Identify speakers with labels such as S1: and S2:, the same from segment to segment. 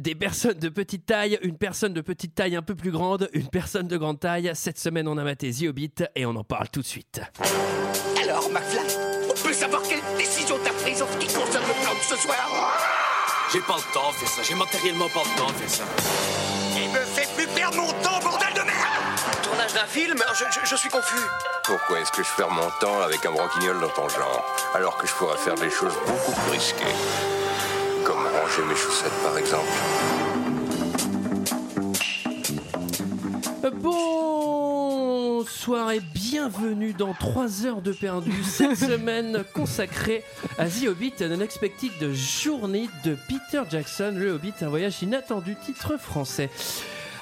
S1: Des personnes de petite taille, une personne de petite taille un peu plus grande, une personne de grande taille. Cette semaine, on a maté The Hobbit et on en parle tout de suite.
S2: Alors, McFly, on peut savoir quelle décision t'as prise en ce qui concerne le plan de ce soir
S3: J'ai pas le temps de faire ça, j'ai matériellement pas le temps de faire ça.
S2: Il me fait plus perdre mon temps, bordel de merde
S4: Tournage d'un film je, je- je suis confus.
S5: Pourquoi est-ce que je perds mon temps avec un broquignol dans ton genre Alors que je pourrais faire des choses beaucoup plus risquées. Comme ranger mes chaussettes par exemple.
S1: Bonsoir et bienvenue dans 3 heures de perdu, cette semaine consacrée à The Hobbit, un unexpected journée de Peter Jackson, le Hobbit, un voyage inattendu, titre français.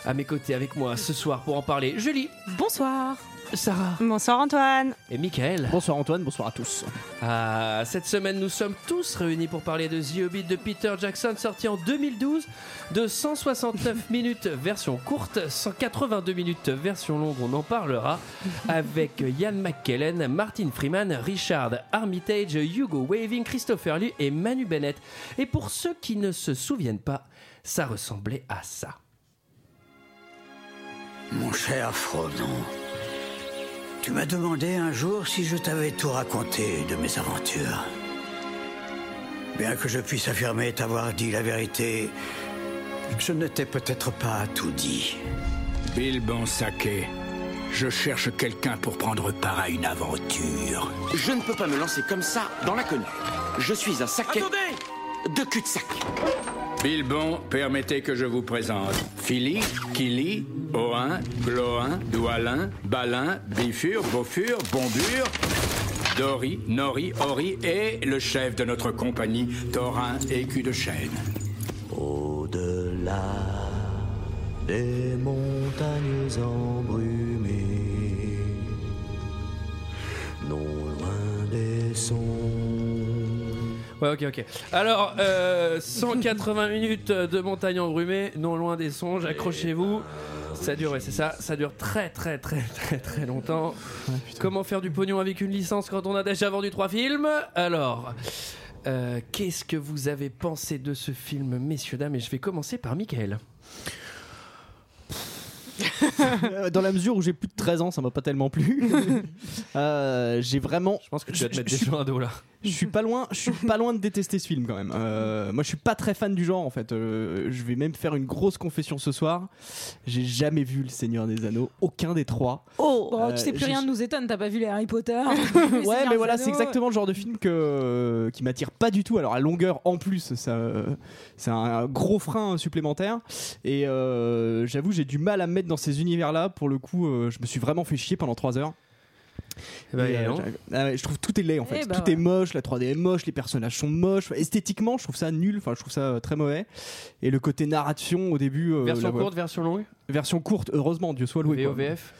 S1: À mes côtés, avec moi ce soir pour en parler, Julie,
S6: Bonsoir.
S1: Sarah
S6: Bonsoir Antoine.
S1: et Michael.
S7: Bonsoir Antoine, bonsoir à tous.
S1: Ah, cette semaine, nous sommes tous réunis pour parler de The Hobbit de Peter Jackson, sorti en 2012, de 169 minutes version courte, 182 minutes version longue, on en parlera, avec Ian McKellen, Martin Freeman, Richard Armitage, Hugo Waving, Christopher Lee et Manu Bennett. Et pour ceux qui ne se souviennent pas, ça ressemblait à ça.
S8: Mon cher Frodon, tu m'as demandé un jour si je t'avais tout raconté de mes aventures. Bien que je puisse affirmer t'avoir dit la vérité, je ne t'ai peut-être pas tout dit.
S9: Bilbon Saké, je cherche quelqu'un pour prendre part à une aventure.
S3: Je ne peux pas me lancer comme ça dans la connerie. Je suis un sac
S4: Attendez
S3: de cul-de-sac.
S9: Bilbon, permettez que je vous présente. Philly, Kili, Oin, Gloin, Doualin, Balin, Bifur, Beaufur, Bombure, Dori, Nori, Ori et le chef de notre compagnie, Thorin Écu de Chêne.
S10: Au-delà des montagnes embrumées, non loin des sons.
S1: Ouais, ok, ok. Alors, euh, 180 minutes de montagne enrhumée, non loin des songes, accrochez-vous. Ça dure, ouais, c'est ça, ça dure très, très, très, très, très longtemps. Comment faire du pognon avec une licence quand on a déjà vendu trois films Alors, euh, qu'est-ce que vous avez pensé de ce film, messieurs, dames Et je vais commencer par Michael.
S7: Euh, Dans la mesure où j'ai plus de 13 ans, ça m'a pas tellement plu. Euh, j'ai vraiment.
S1: Je pense que
S7: tu vas te mettre des
S1: gens à dos là.
S7: Je suis pas loin. Je suis pas loin de détester ce film quand même. Euh, moi, je suis pas très fan du genre en fait. Euh, je vais même faire une grosse confession ce soir. J'ai jamais vu Le Seigneur des Anneaux, aucun des trois.
S6: Oh.
S11: Bon,
S7: Euh,
S11: tu sais plus
S7: j'ai-
S11: rien ne nous étonne, t'as pas vu les Harry Potter.
S7: Ouais, mais voilà, c'est exactement le genre de film que, qui m'attire pas du tout. Alors, la longueur en plus, ça, euh, c'est un gros frein supplémentaire. Et euh, j'avoue, j'ai du mal à me mettre dans ces univers-là. Pour le coup, euh, je me suis vraiment fait chier pendant 3 heures.
S1: Eh ben,
S7: Et, euh, j'arrive- ah ouais, je trouve tout est laid en fait.
S11: Eh bah
S6: ben
S7: tout
S11: ouais.
S7: est moche, la 3D est moche, les personnages sont moches. Esthétiquement, je trouve ça nul, enfin, je trouve ça euh, très mauvais. Et le côté narration au début. euh,
S1: version
S7: la voix-
S1: courte, version longue
S7: Version courte, heureusement, Dieu soit loué. quoi.
S1: VOVF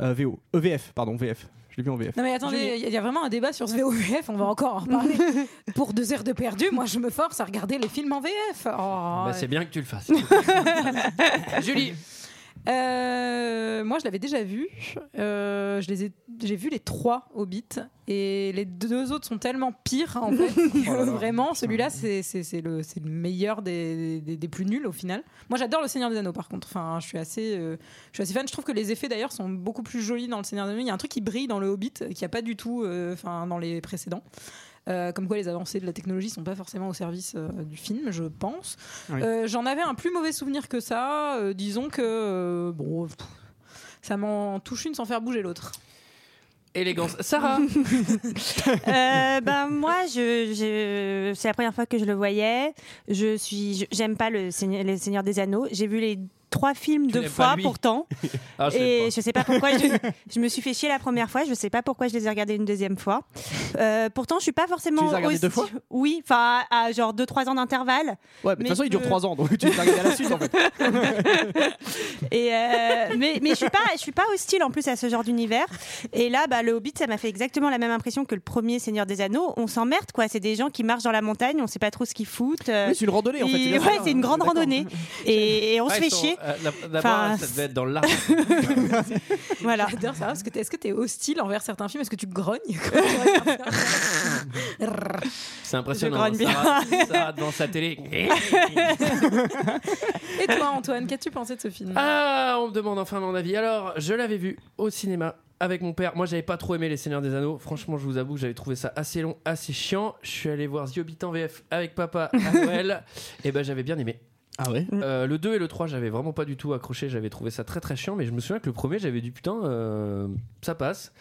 S7: Euh, VO. EVF, pardon, VF. Je l'ai vu en VF.
S11: Non mais attendez, il y a vraiment un débat sur ce VOVF, on va encore en reparler. Pour deux heures de perdu, moi je me force à regarder les films en VF. Oh,
S1: bah, C'est bien que tu le fasses. Julie
S11: Euh, moi, je l'avais déjà vu. Euh, je les ai- j'ai vu les trois Hobbits et les deux autres sont tellement pires en fait. que vraiment, celui-là, c'est c'est- c'est le, c'est le meilleur des, des- des plus nuls au final. Moi, j'adore le Seigneur des Anneaux par contre. Enfin, je suis assez, euh, je suis assez fan. Je trouve que les effets d'ailleurs sont beaucoup plus jolis dans le Seigneur des Anneaux. Il y a un truc qui brille dans le Hobbit qu'il n'y a pas du tout, euh, enfin, dans les précédents. Euh, comme quoi les avancées de la technologie sont pas forcément au service euh, du film, je pense.
S7: Oui.
S11: Euh, J'en avais un plus mauvais souvenir que ça. Euh, disons que euh, bon, pff, ça m'en touche une sans faire bouger l'autre.
S1: Élégance. Sarah
S6: Euh, ben moi, je, je- c'est la première fois que je le voyais. Je suis, je- j'aime pas le Seigneur, les Seigneurs des Anneaux. J'ai vu les trois films deux
S1: l'aimes pas,
S6: fois
S1: lui
S6: pourtant,
S1: Ah, je sais
S6: et
S1: pas.
S6: je sais pas pourquoi. Je, je me suis fait chier la première fois. Je sais pas pourquoi je les ai regardés une deuxième fois. Euh, pourtant, je suis pas forcément.
S7: Tu les as regardés
S6: aussi-
S7: deux fois
S6: Oui, enfin à genre deux trois ans d'intervalle.
S7: Ouais, mais de
S6: Mais
S7: toute façon,
S6: je
S7: il dure
S6: peux- Euh,
S7: 3 ans, donc tu vas regarder à la suite en fait.
S6: Et euh, mais mais je suis pas je suis pas hostile en plus à ce genre d'univers. Et là bah le Hobbit ça m'a fait exactement la même impression que le premier Seigneur des Anneaux. On s'emmerde quoi. C'est des gens qui marchent dans la montagne. On sait pas trop ce qu'ils foutent. euh,
S7: Oui, c'est une randonnée en fait.
S6: ils-
S7: bien
S6: ouais,
S7: ça. hein.
S6: c'est une grande
S7: D'accord.
S6: randonnée et, et on
S1: Ah,
S6: se
S1: ils
S6: fait
S1: sont-
S6: chier.
S1: Euh, la-
S11: Enfin,
S1: D'abord, ça devait être dans l'art.
S11: voilà. J'adore ça. Parce que t'es- Est-ce que t'es hostile envers certains films Est-ce que tu grognes quand tu regardes ça
S1: C'est impressionnant.
S11: grogne bien.
S1: Sarah, Sarah devant sa télé.
S11: Et toi, Antoine, qu'as-tu pensé de ce film
S1: Ah, on me demande enfin mon avis. Alors, je l'avais vu au cinéma avec mon père. Moi, j'avais pas trop aimé Les Seigneurs des Anneaux. Franchement, je vous avoue que j'avais trouvé ça assez long, assez chiant. Je suis allé voir The Hobbit en VF avec papa à Noël. et ben, j'avais bien aimé.
S7: Ah ouais
S6: Mm.
S1: Euh, le 2 et le 3, j'avais vraiment pas du tout accroché, j'avais trouvé ça très très chiant, mais je me souviens que le premier, j'avais dit putain, euh, ça passe.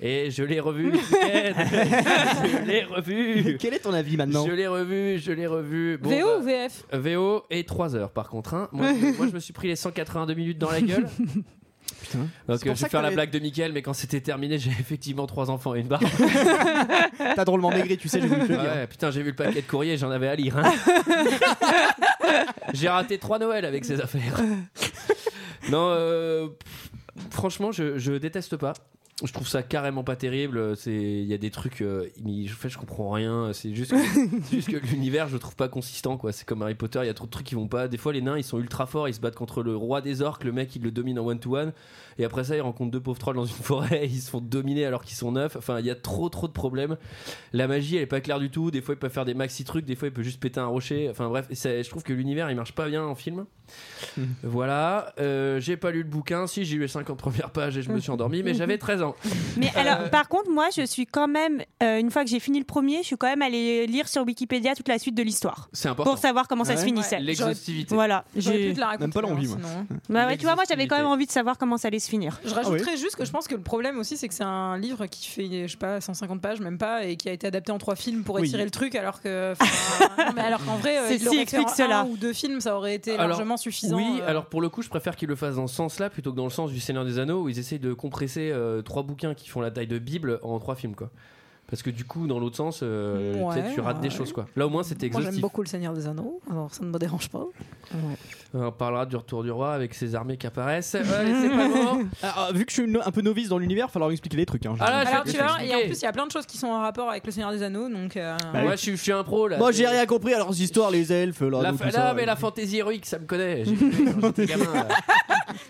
S1: Et je l'ai revu. le week-end. je l'ai revu.
S7: Quel est ton avis maintenant
S1: Je l'ai revu, je l'ai revu. Bon,
S11: VO
S1: bah,
S11: ou VF
S1: VO et 3 heures par contre. hein. Moi, je, moi, je me suis pris les 182 minutes dans la gueule. Donc,
S7: C'est
S1: euh, je
S7: pour ça
S1: vais
S7: que
S1: faire la
S7: t'avais-
S1: blague de Mickaël, mais quand c'était terminé, j'avais effectivement trois enfants et une barbe.
S7: T'as drôlement maigri, tu sais, j'ai voulu te le dire.
S1: Ouais, putain, j'ai vu le paquet de courrier, j'en avais à lire. hein. j'ai raté trois Noël avec ces affaires. Non, euh, pff, franchement, je, je déteste pas. Je trouve ça carrément pas terrible. C'est, il y a des trucs, euh, mais je fais, je comprends rien. C'est juste, que, c'est juste que l'univers, je le trouve pas consistant. Quoi, c'est comme Harry Potter. Il y a trop de trucs qui vont pas. Des fois, les nains, ils sont ultra forts. Ils se battent contre le roi des orques. Le mec, il le domine en one to one. Et après ça, ils rencontrent deux pauvres trolls dans une forêt. Ils se font dominer alors qu'ils sont neufs. Enfin, il y a trop, trop de problèmes. La magie, elle est pas claire du tout. Des fois, il peut faire des maxi trucs. Des fois, il peut juste péter un rocher. Enfin, bref, c'est- je trouve que l'univers, il marche pas bien en film. Voilà, euh, j'ai pas lu le bouquin. Si, j'ai lu les 50 premières pages et je me suis endormi, mais j'avais 13 ans.
S6: Mais
S7: Euh.
S6: alors, par contre, moi, je suis quand même, euh, une fois que j'ai fini le premier, je suis quand même allée lire sur Wikipédia toute la suite de l'histoire.
S1: C'est important.
S6: Pour savoir comment ça
S1: Ouais.
S6: se finissait.
S1: L'exhaustivité.
S6: Voilà.
S11: J'aurais
S6: j'ai-
S11: pu te la raconter,
S7: Même pas l'envie,
S11: hein,
S7: moi.
S11: sinon, hein.
S6: Bah ouais, tu vois, moi, j'avais quand même
S1: L'exhaustivité.
S6: envie de savoir comment ça allait se finir.
S11: Je rajouterais juste que je pense que le problème aussi, c'est que c'est un livre qui fait, je sais pas, 150 pages, même pas, et qui a été adapté en trois films pour
S7: Oui.
S11: étirer le truc, alors que. enfin, non, mais alors qu'en vrai, euh,
S6: Ceci
S11: il l'aurait fait en
S6: explique cela.
S11: un ou deux films, ça aurait été
S1: Alors,
S11: largement suffisant.
S1: Oui,
S11: euh,
S1: alors pour le coup, je préfère qu'ils le fassent dans ce sens-là plutôt que dans le sens du Seigneur des Anneaux où ils essayent de compresser euh, trois bouquins qui font la taille de Bible en trois films, quoi. Parce que du coup, dans l'autre sens, euh,
S11: Ouais,
S1: tu sais, tu rates des
S11: ouais.
S1: choses, quoi. Là, au moins, c'était
S11: Moi, j'aime
S1: exhaustif.
S11: beaucoup Le Seigneur des Anneaux, alors ça ne me dérange pas.
S1: Euh, On parlera du retour du roi avec ses armées qui apparaissent. Allez, c'est pas le moment.
S7: Ah, ah, vu que je suis no- un peu novice dans l'univers, il va falloir m'expliquer les trucs. hein.
S1: Ah là, je vais
S11: Alors,
S1: te
S11: tu vois, et
S1: l'expliquer.
S11: en plus, il y a plein de choses qui sont en rapport avec Le Seigneur des Anneaux, donc. euh,
S7: Bah,
S1: Ah Moi, je suis, je suis un pro là.
S7: Moi,
S1: C'est-
S7: j'ai rien compris à leurs histoires, les elfes, là.
S1: La
S7: nous,
S1: fa-
S7: tout
S1: non,
S7: ça.
S1: mais la fantaisie héroïque, ça me connaît. J'ai joué quand j'étais gamin. là.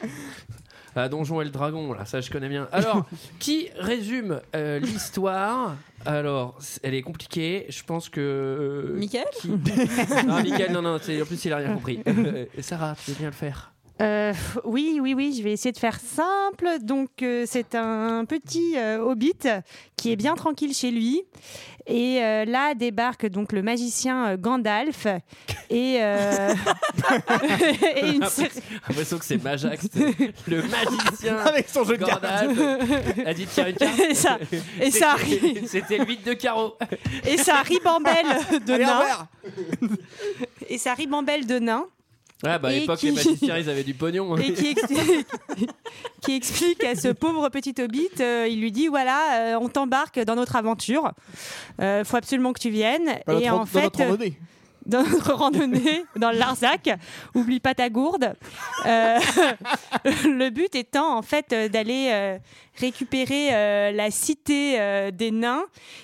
S1: Ah, Donjon et le Dragon, là, ça je connais bien. Alors, qui résume euh, l'histoire Alors, c- elle est compliquée. Je pense que. euh,
S11: Mickaël
S1: qui- Non, Mickaël, non, non, c'est- en plus il a rien compris. Euh, Sarah, tu veux bien le faire
S6: Euh, oui, oui, oui, je vais essayer de faire simple. Donc, euh, c'est un petit euh, hobbit qui est bien tranquille chez lui. Et euh, là débarque donc le magicien euh, Gandalf et, euh, et
S7: Ah,
S6: une série-
S1: J'ai l'impression que c'est Majax, c'est le magicien.
S7: Ah, Avec son jeu de cartes.
S1: Gandalf. Elle dit tiens une carte.
S6: et ça, et ça, ri-
S1: C'était- C'était le 8 de carreau.
S6: et ça ribambelle de
S7: Allez, au
S6: nains.
S7: revoir.
S6: Et ça ribambelle de nains.
S1: Ouais, bah à
S6: Et
S1: l'époque,
S6: qui-
S1: les magiciens, ils avaient du pognon. hein.
S6: et qui explique, qui explique à ce pauvre petit hobbit, euh, il lui dit voilà, euh, on t'embarque dans notre aventure, euh, faut absolument que tu viennes.
S7: Dans
S6: et
S7: notre-
S6: en
S7: dans
S6: fait, euh,
S7: notre randonnée.
S6: dans notre randonnée dans le Larzac. Oublie pas ta gourde. Euh, le but étant en fait euh, d'aller euh, récupérer euh, la cité euh, des nains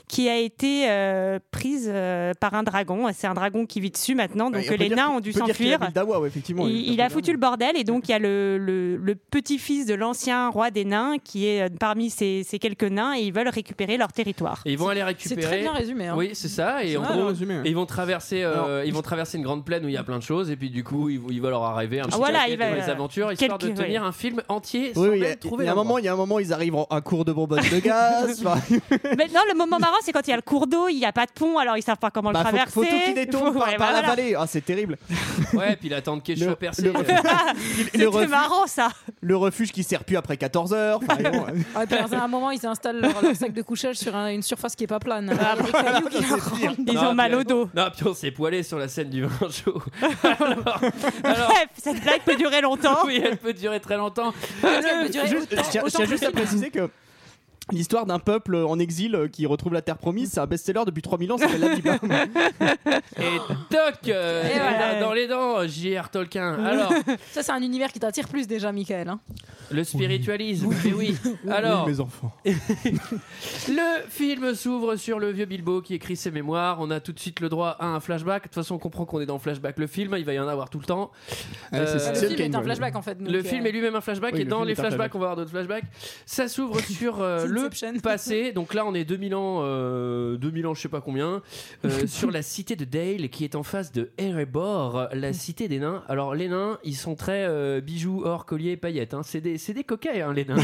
S6: qui a été euh, prise euh, par un dragon. C'est un dragon qui vit dessus maintenant, donc
S7: Ouais, Bah, on peut
S6: les
S7: dire
S6: nains
S7: qu'il-
S6: ont dû
S7: on peut dire qu'il
S6: s'enfuir.
S7: habite Dawa, ouais, effectivement.
S6: Il, il a foutu le bordel et donc il y a le, le- le petit-fils de l'ancien roi des nains qui est euh, parmi ces, ces quelques nains et ils veulent récupérer leur territoire.
S1: Et ils vont aller
S11: C'est
S1: récupérer.
S11: très bien résumé. hein.
S1: Oui, c'est ça. Et
S11: C'est
S1: en
S11: mal,
S1: gros,
S7: hein. Résumé, hein.
S1: ils vont traverser, euh,
S7: Alors-
S1: ils vont traverser une grande plaine où il y a plein de choses. Et puis du coup, ils, ils veulent leur arriver un petit
S6: voilà,
S1: paquet
S6: il va-
S1: dans les aventures, histoire
S6: quelques-
S1: de tenir un film entier sans
S7: Oui, oui, il y
S1: même
S7: a- il
S1: trouver
S7: y a un moment,
S1: l'endroit.
S7: il y a un moment, ils arrivent en- à cours de bonbonne de gaz. enfin,
S6: Mais non, le moment marrant, c'est quand il y a le cours d'eau, il n'y a pas de pont, alors ils savent pas comment
S7: bah,
S6: le
S7: faut,
S6: traverser.
S7: faut tout qui détourne
S6: Faut-
S7: par,
S6: ouais,
S7: par la
S6: voilà.
S7: vallée. Ah, c'est terrible.
S1: Ouais, puis la tente
S7: Le-
S1: Quechua percée.
S7: le-
S1: euh,
S7: Le-
S6: C'est
S7: le,
S6: très
S7: refuge,
S6: marrant ça.
S7: le refuge qui sert plus après 14 heures. enfin, bon, euh,
S11: Ah, et puis, à un moment, ils installent leur, leur sac de couchage sur un- une surface qui est pas plane. Avec des cailloux qui leur rentrent.
S6: Ils
S1: Non,
S6: ont mal
S1: puis-
S6: au dos.
S1: Non, puis on s'est poilé sur la scène du vin chaud. Alors, alors,
S6: Bref, cette blague peut durer longtemps.
S1: oui, elle peut durer très longtemps.
S11: Ça peut durer
S7: juste-
S11: autant-
S7: je tiens je
S11: autant
S7: tiens juste à
S11: possible.
S7: préciser que L'histoire d'un peuple en exil euh, qui retrouve la terre promise, c'est un best-seller depuis 3000 ans, ça s'appelle La Bible.
S1: Et toc euh,
S11: Et voilà.
S1: dans les dents, J.R. Tolkien. Alors,
S11: Ça, c'est un univers qui t'attire plus déjà, Michael. hein.
S1: le spiritualisme, mais oui. Alors,
S7: Oui, mes enfants.
S1: Le film s'ouvre sur le vieux Bilbo qui écrit ses mémoires. On a tout de suite le droit à un flashback. De toute façon, on comprend qu'on est dans le flashback. Le film, il va y en avoir tout le temps.
S7: Ouais, c'est
S11: Le
S7: ça.
S1: Euh,
S7: Steel
S11: film
S7: Kane,
S11: est un
S7: ouais.
S11: flashback en fait. donc,
S1: le
S11: euh,
S1: film est lui-même un flashback
S7: Oui,
S1: et
S7: le
S1: dans
S7: film
S1: les
S7: est un flashback.
S1: flashbacks, on va avoir d'autres flashbacks. Ça s'ouvre sur euh,
S11: C'est
S1: le
S11: Inception.
S1: passé. Donc là, on est 2000 ans, euh, 2000 ans, je sais pas combien, euh, sur la cité de Dale qui est en face de Erebor, la cité des nains. Alors les nains, ils sont très euh, bijoux, or, collier, paillettes. hein. C'est des, c'est des coquets, hein, les nains.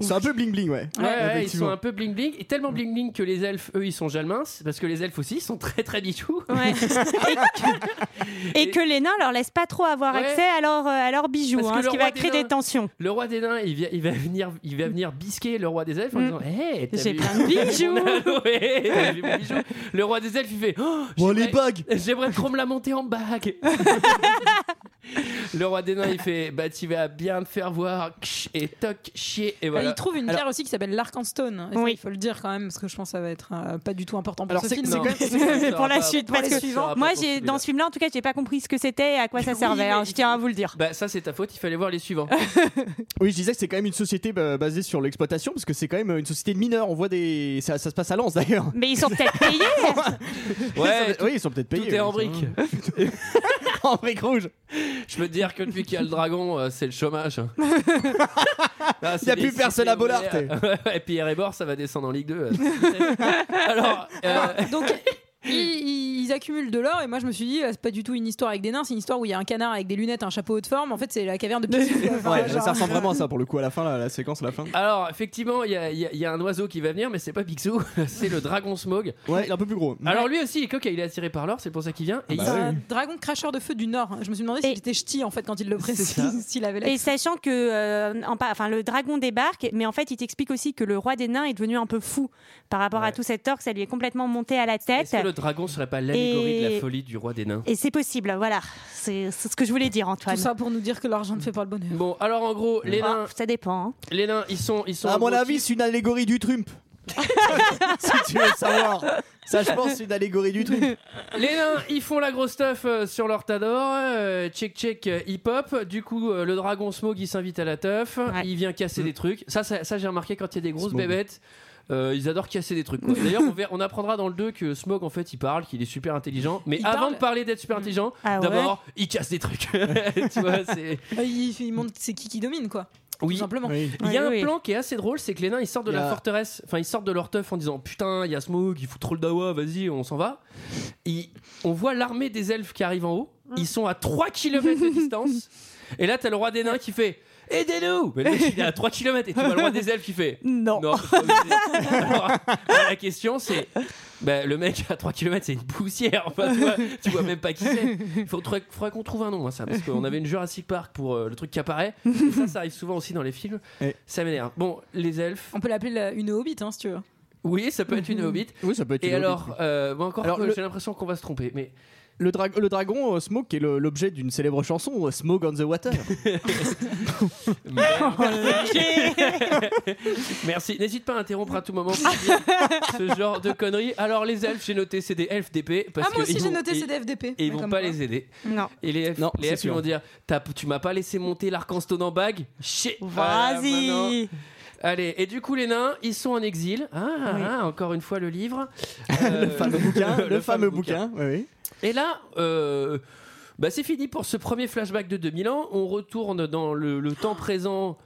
S7: C'est un peu bling bling, ouais.
S1: Ouais, ouais, ils
S7: Effectivement.
S1: sont un peu bling bling et tellement bling bling que les elfes eux ils sont jalminces parce que les elfes aussi ils sont très très bijoux.
S6: Ouais. Et, que les nains leur laissent pas trop avoir
S1: Ouais.
S6: accès à, leur, euh, à leurs bijoux,
S1: Parce que
S6: hein,
S1: le
S6: ce qui
S1: roi
S6: va
S1: des
S6: créer
S1: nains-
S6: des tensions.
S1: Le roi des nains il, vient- il va venir il va venir bisquer le roi des elfes en
S6: Mm.
S1: disant Hey, t'as
S6: J'ai
S1: vu-
S6: plein de bijoux.
S1: Ouais, t'as vu mon bijou Le roi des elfes il fait Oh,
S7: Oh, les
S1: j'aimerais-
S7: bagues
S1: J'aimerais trop me la monter en bague. le roi des nains il fait bah tu vas bien te faire voir et toc chier et
S6: Ah,
S1: voilà.
S11: Il trouve une pierre aussi qui s'appelle l'Arkenstone. Et ça,
S6: Oui.
S11: Il faut le dire quand même, parce que je pense que ça va être euh, pas du tout important pour
S7: Alors,
S11: ce
S7: c'est-
S11: film.
S7: c'est
S1: Non,
S7: quand même-
S1: ça sera
S6: pour la
S1: pas-
S6: suite,
S1: pour
S6: parce
S1: les
S6: que
S1: suivants.
S6: Moi,
S1: Pas pour
S6: j'ai
S1: celui-là.
S6: dans ce film-là, en tout cas, j'ai pas compris ce que c'était et à quoi ça
S1: Oui,
S6: servait.
S1: mais-
S6: hein, je tiens à vous le dire.
S1: Bah ça c'est ta faute, il fallait voir les suivants.
S7: Oui, je disais que c'est quand même une société bah, basée sur l'exploitation, parce que c'est quand même euh, une société de mineurs. On voit des. Ça, ça se passe à Lens d'ailleurs.
S6: Mais ils sont peut-être payés.
S1: Ouais,
S7: oui, ils sont peut-être
S1: tout
S7: payés.
S1: est en
S7: oui,
S1: brique.
S7: ça va. en brique rouge.
S1: Je peux te dire que depuis qu'il y a le dragon, euh, c'est le chômage. Ah,
S7: Il y a plus personne à Bollard,
S1: Et puis Erebor, ça va descendre en Ligue 2. euh. Alors, euh,
S11: Donc, ils, ils- ils accumulent de l'or, et moi je me suis dit, ah, c'est pas du tout une histoire avec des nains, c'est une histoire où il y a un canard avec des lunettes, un chapeau haute forme. En fait, c'est la caverne de Picsou. Enfin,
S7: Ouais,
S11: genre-
S7: ça ressemble vraiment à ça pour le coup, à la fin, la, la séquence, à la fin.
S1: alors, effectivement, il y, a- il y a- il y a un oiseau qui va venir, mais c'est pas Picsou, c'est le dragon Smog.
S7: Ouais, il est un peu plus gros.
S1: Alors lui aussi, il est coq, il est attiré par l'or, c'est pour ça qu'il vient. Et
S7: bah
S1: il-
S11: C'est
S7: oui.
S11: un dragon cracheur de feu du Nord. Je me suis demandé
S6: Et-
S11: s'il était ch'ti en fait quand il le précise, s'il avait la
S6: Et sachant que euh, en pa- enfin, le dragon débarque, mais en fait, il t'explique aussi que le roi des nains est devenu un peu fou par rapport à
S1: Ouais.
S6: tout cet or, que ça lui est complètement monté à la tête.
S1: Est-ce que le dragon serait pas l'allégorie de la
S6: Et-
S1: folie du roi des nains
S6: Et c'est possible, voilà. C'est c'est ce que je voulais dire, Antoine.
S11: Tout ça pour nous dire que l'argent ne fait pas le bonheur.
S1: Bon, alors en gros, les
S6: Oh,
S1: nains,
S6: ça dépend. hein.
S1: les nains, ils sont, ils sont.
S7: Ah. À
S1: en
S7: mon
S1: gros-
S7: avis, c'est une allégorie du Trump. si tu veux savoir. Ça, je pense, c'est une allégorie du Trump.
S1: Les nains, ils font la grosse stuff euh, sur leur tador, euh, check check euh, hip hop. Du coup, euh, le dragon Smog il s'invite à la teuf, il vient casser des trucs. Ça, ça, ça, j'ai remarqué quand il y a des grosses
S7: Smog.
S1: bébêtes. euh, ils adorent casser des trucs. quoi. D'ailleurs, on, ver- on apprendra dans le 2 que Smog, en fait, il parle, qu'il est super intelligent. Mais
S11: Il
S1: avant
S11: parle Mmh.
S1: de parler d'être super intelligent,
S6: Ah ouais.
S1: d'abord, il casse des trucs. tu vois, c'est.
S11: Euh, Il, il montre c'est qui qui domine quoi.
S1: Oui.
S11: Tout simplement.
S7: Oui.
S1: Il y a
S6: Oui,
S1: un
S6: oui.
S1: plan qui est assez drôle, c'est que les nains ils sortent de
S7: Il y
S1: la
S7: a-
S1: forteresse, enfin ils sortent de leur teuf en disant putain, il y a Smog, il fout trop le dawa, vas-y, on s'en va. Ils- On voit l'armée des elfes qui arrive en haut, ils sont à 3 km de distance, et là t'as le roi des nains qui fait Aidez-nous Mais le mec, il est à 3 km et tu vois le roi des elfes qui fait
S6: Non.
S1: Non, c'est pas possible. Alors, la question c'est bah, le mec à 3 km c'est une poussière, enfin tu vois, tu vois même pas qui c'est. Il faudrait, faudrait qu'on trouve un nom à ça, parce qu'on avait une Jurassic Park pour euh, le truc qui apparaît, Et ça ça arrive souvent aussi dans les films.
S7: Et-
S1: Ça m'énerve. Bon, les elfes,
S11: On peut l'appeler la- une hobbit hein, si tu veux.
S1: oui, ça peut être une hobbit.
S7: Oui, ça peut être
S1: Et
S7: une
S1: alors, euh, bon, encore
S7: Alors,
S1: que
S7: le-
S1: j'ai l'impression qu'on va se tromper, mais
S7: Le, dra- le dragon euh, Smoke qui est le- l'objet d'une célèbre chanson, euh, Smoke on the Water.
S1: Merci. N'hésite pas à interrompre à tout moment pour dire ce genre de conneries. Alors les elfes, j'ai noté, c'est des elfes d'épée. Parce
S11: Ah moi
S1: que
S11: aussi
S1: ils
S11: j'ai
S1: vont-
S11: noté
S1: ils-
S11: CDFDP.
S1: Et ils vont pas les aider.
S6: Non.
S1: Et les elfes,
S7: Non,
S1: les
S7: c'est
S1: elfes ils
S7: sûr.
S1: vont dire T'as- Tu m'as pas laissé monter l'arc-en-stone en bague Chier Voilà, maintenant.
S6: Vas-y.
S1: Allez, et du coup, les nains, ils sont en exil. Ah, ah, encore une fois, le livre. Euh,
S7: le fameux bouquin. Le, fameux bouquin. oui,
S1: Et là, euh, bah, c'est fini pour ce premier flashback de 2000 ans. On retourne dans le, le temps présent.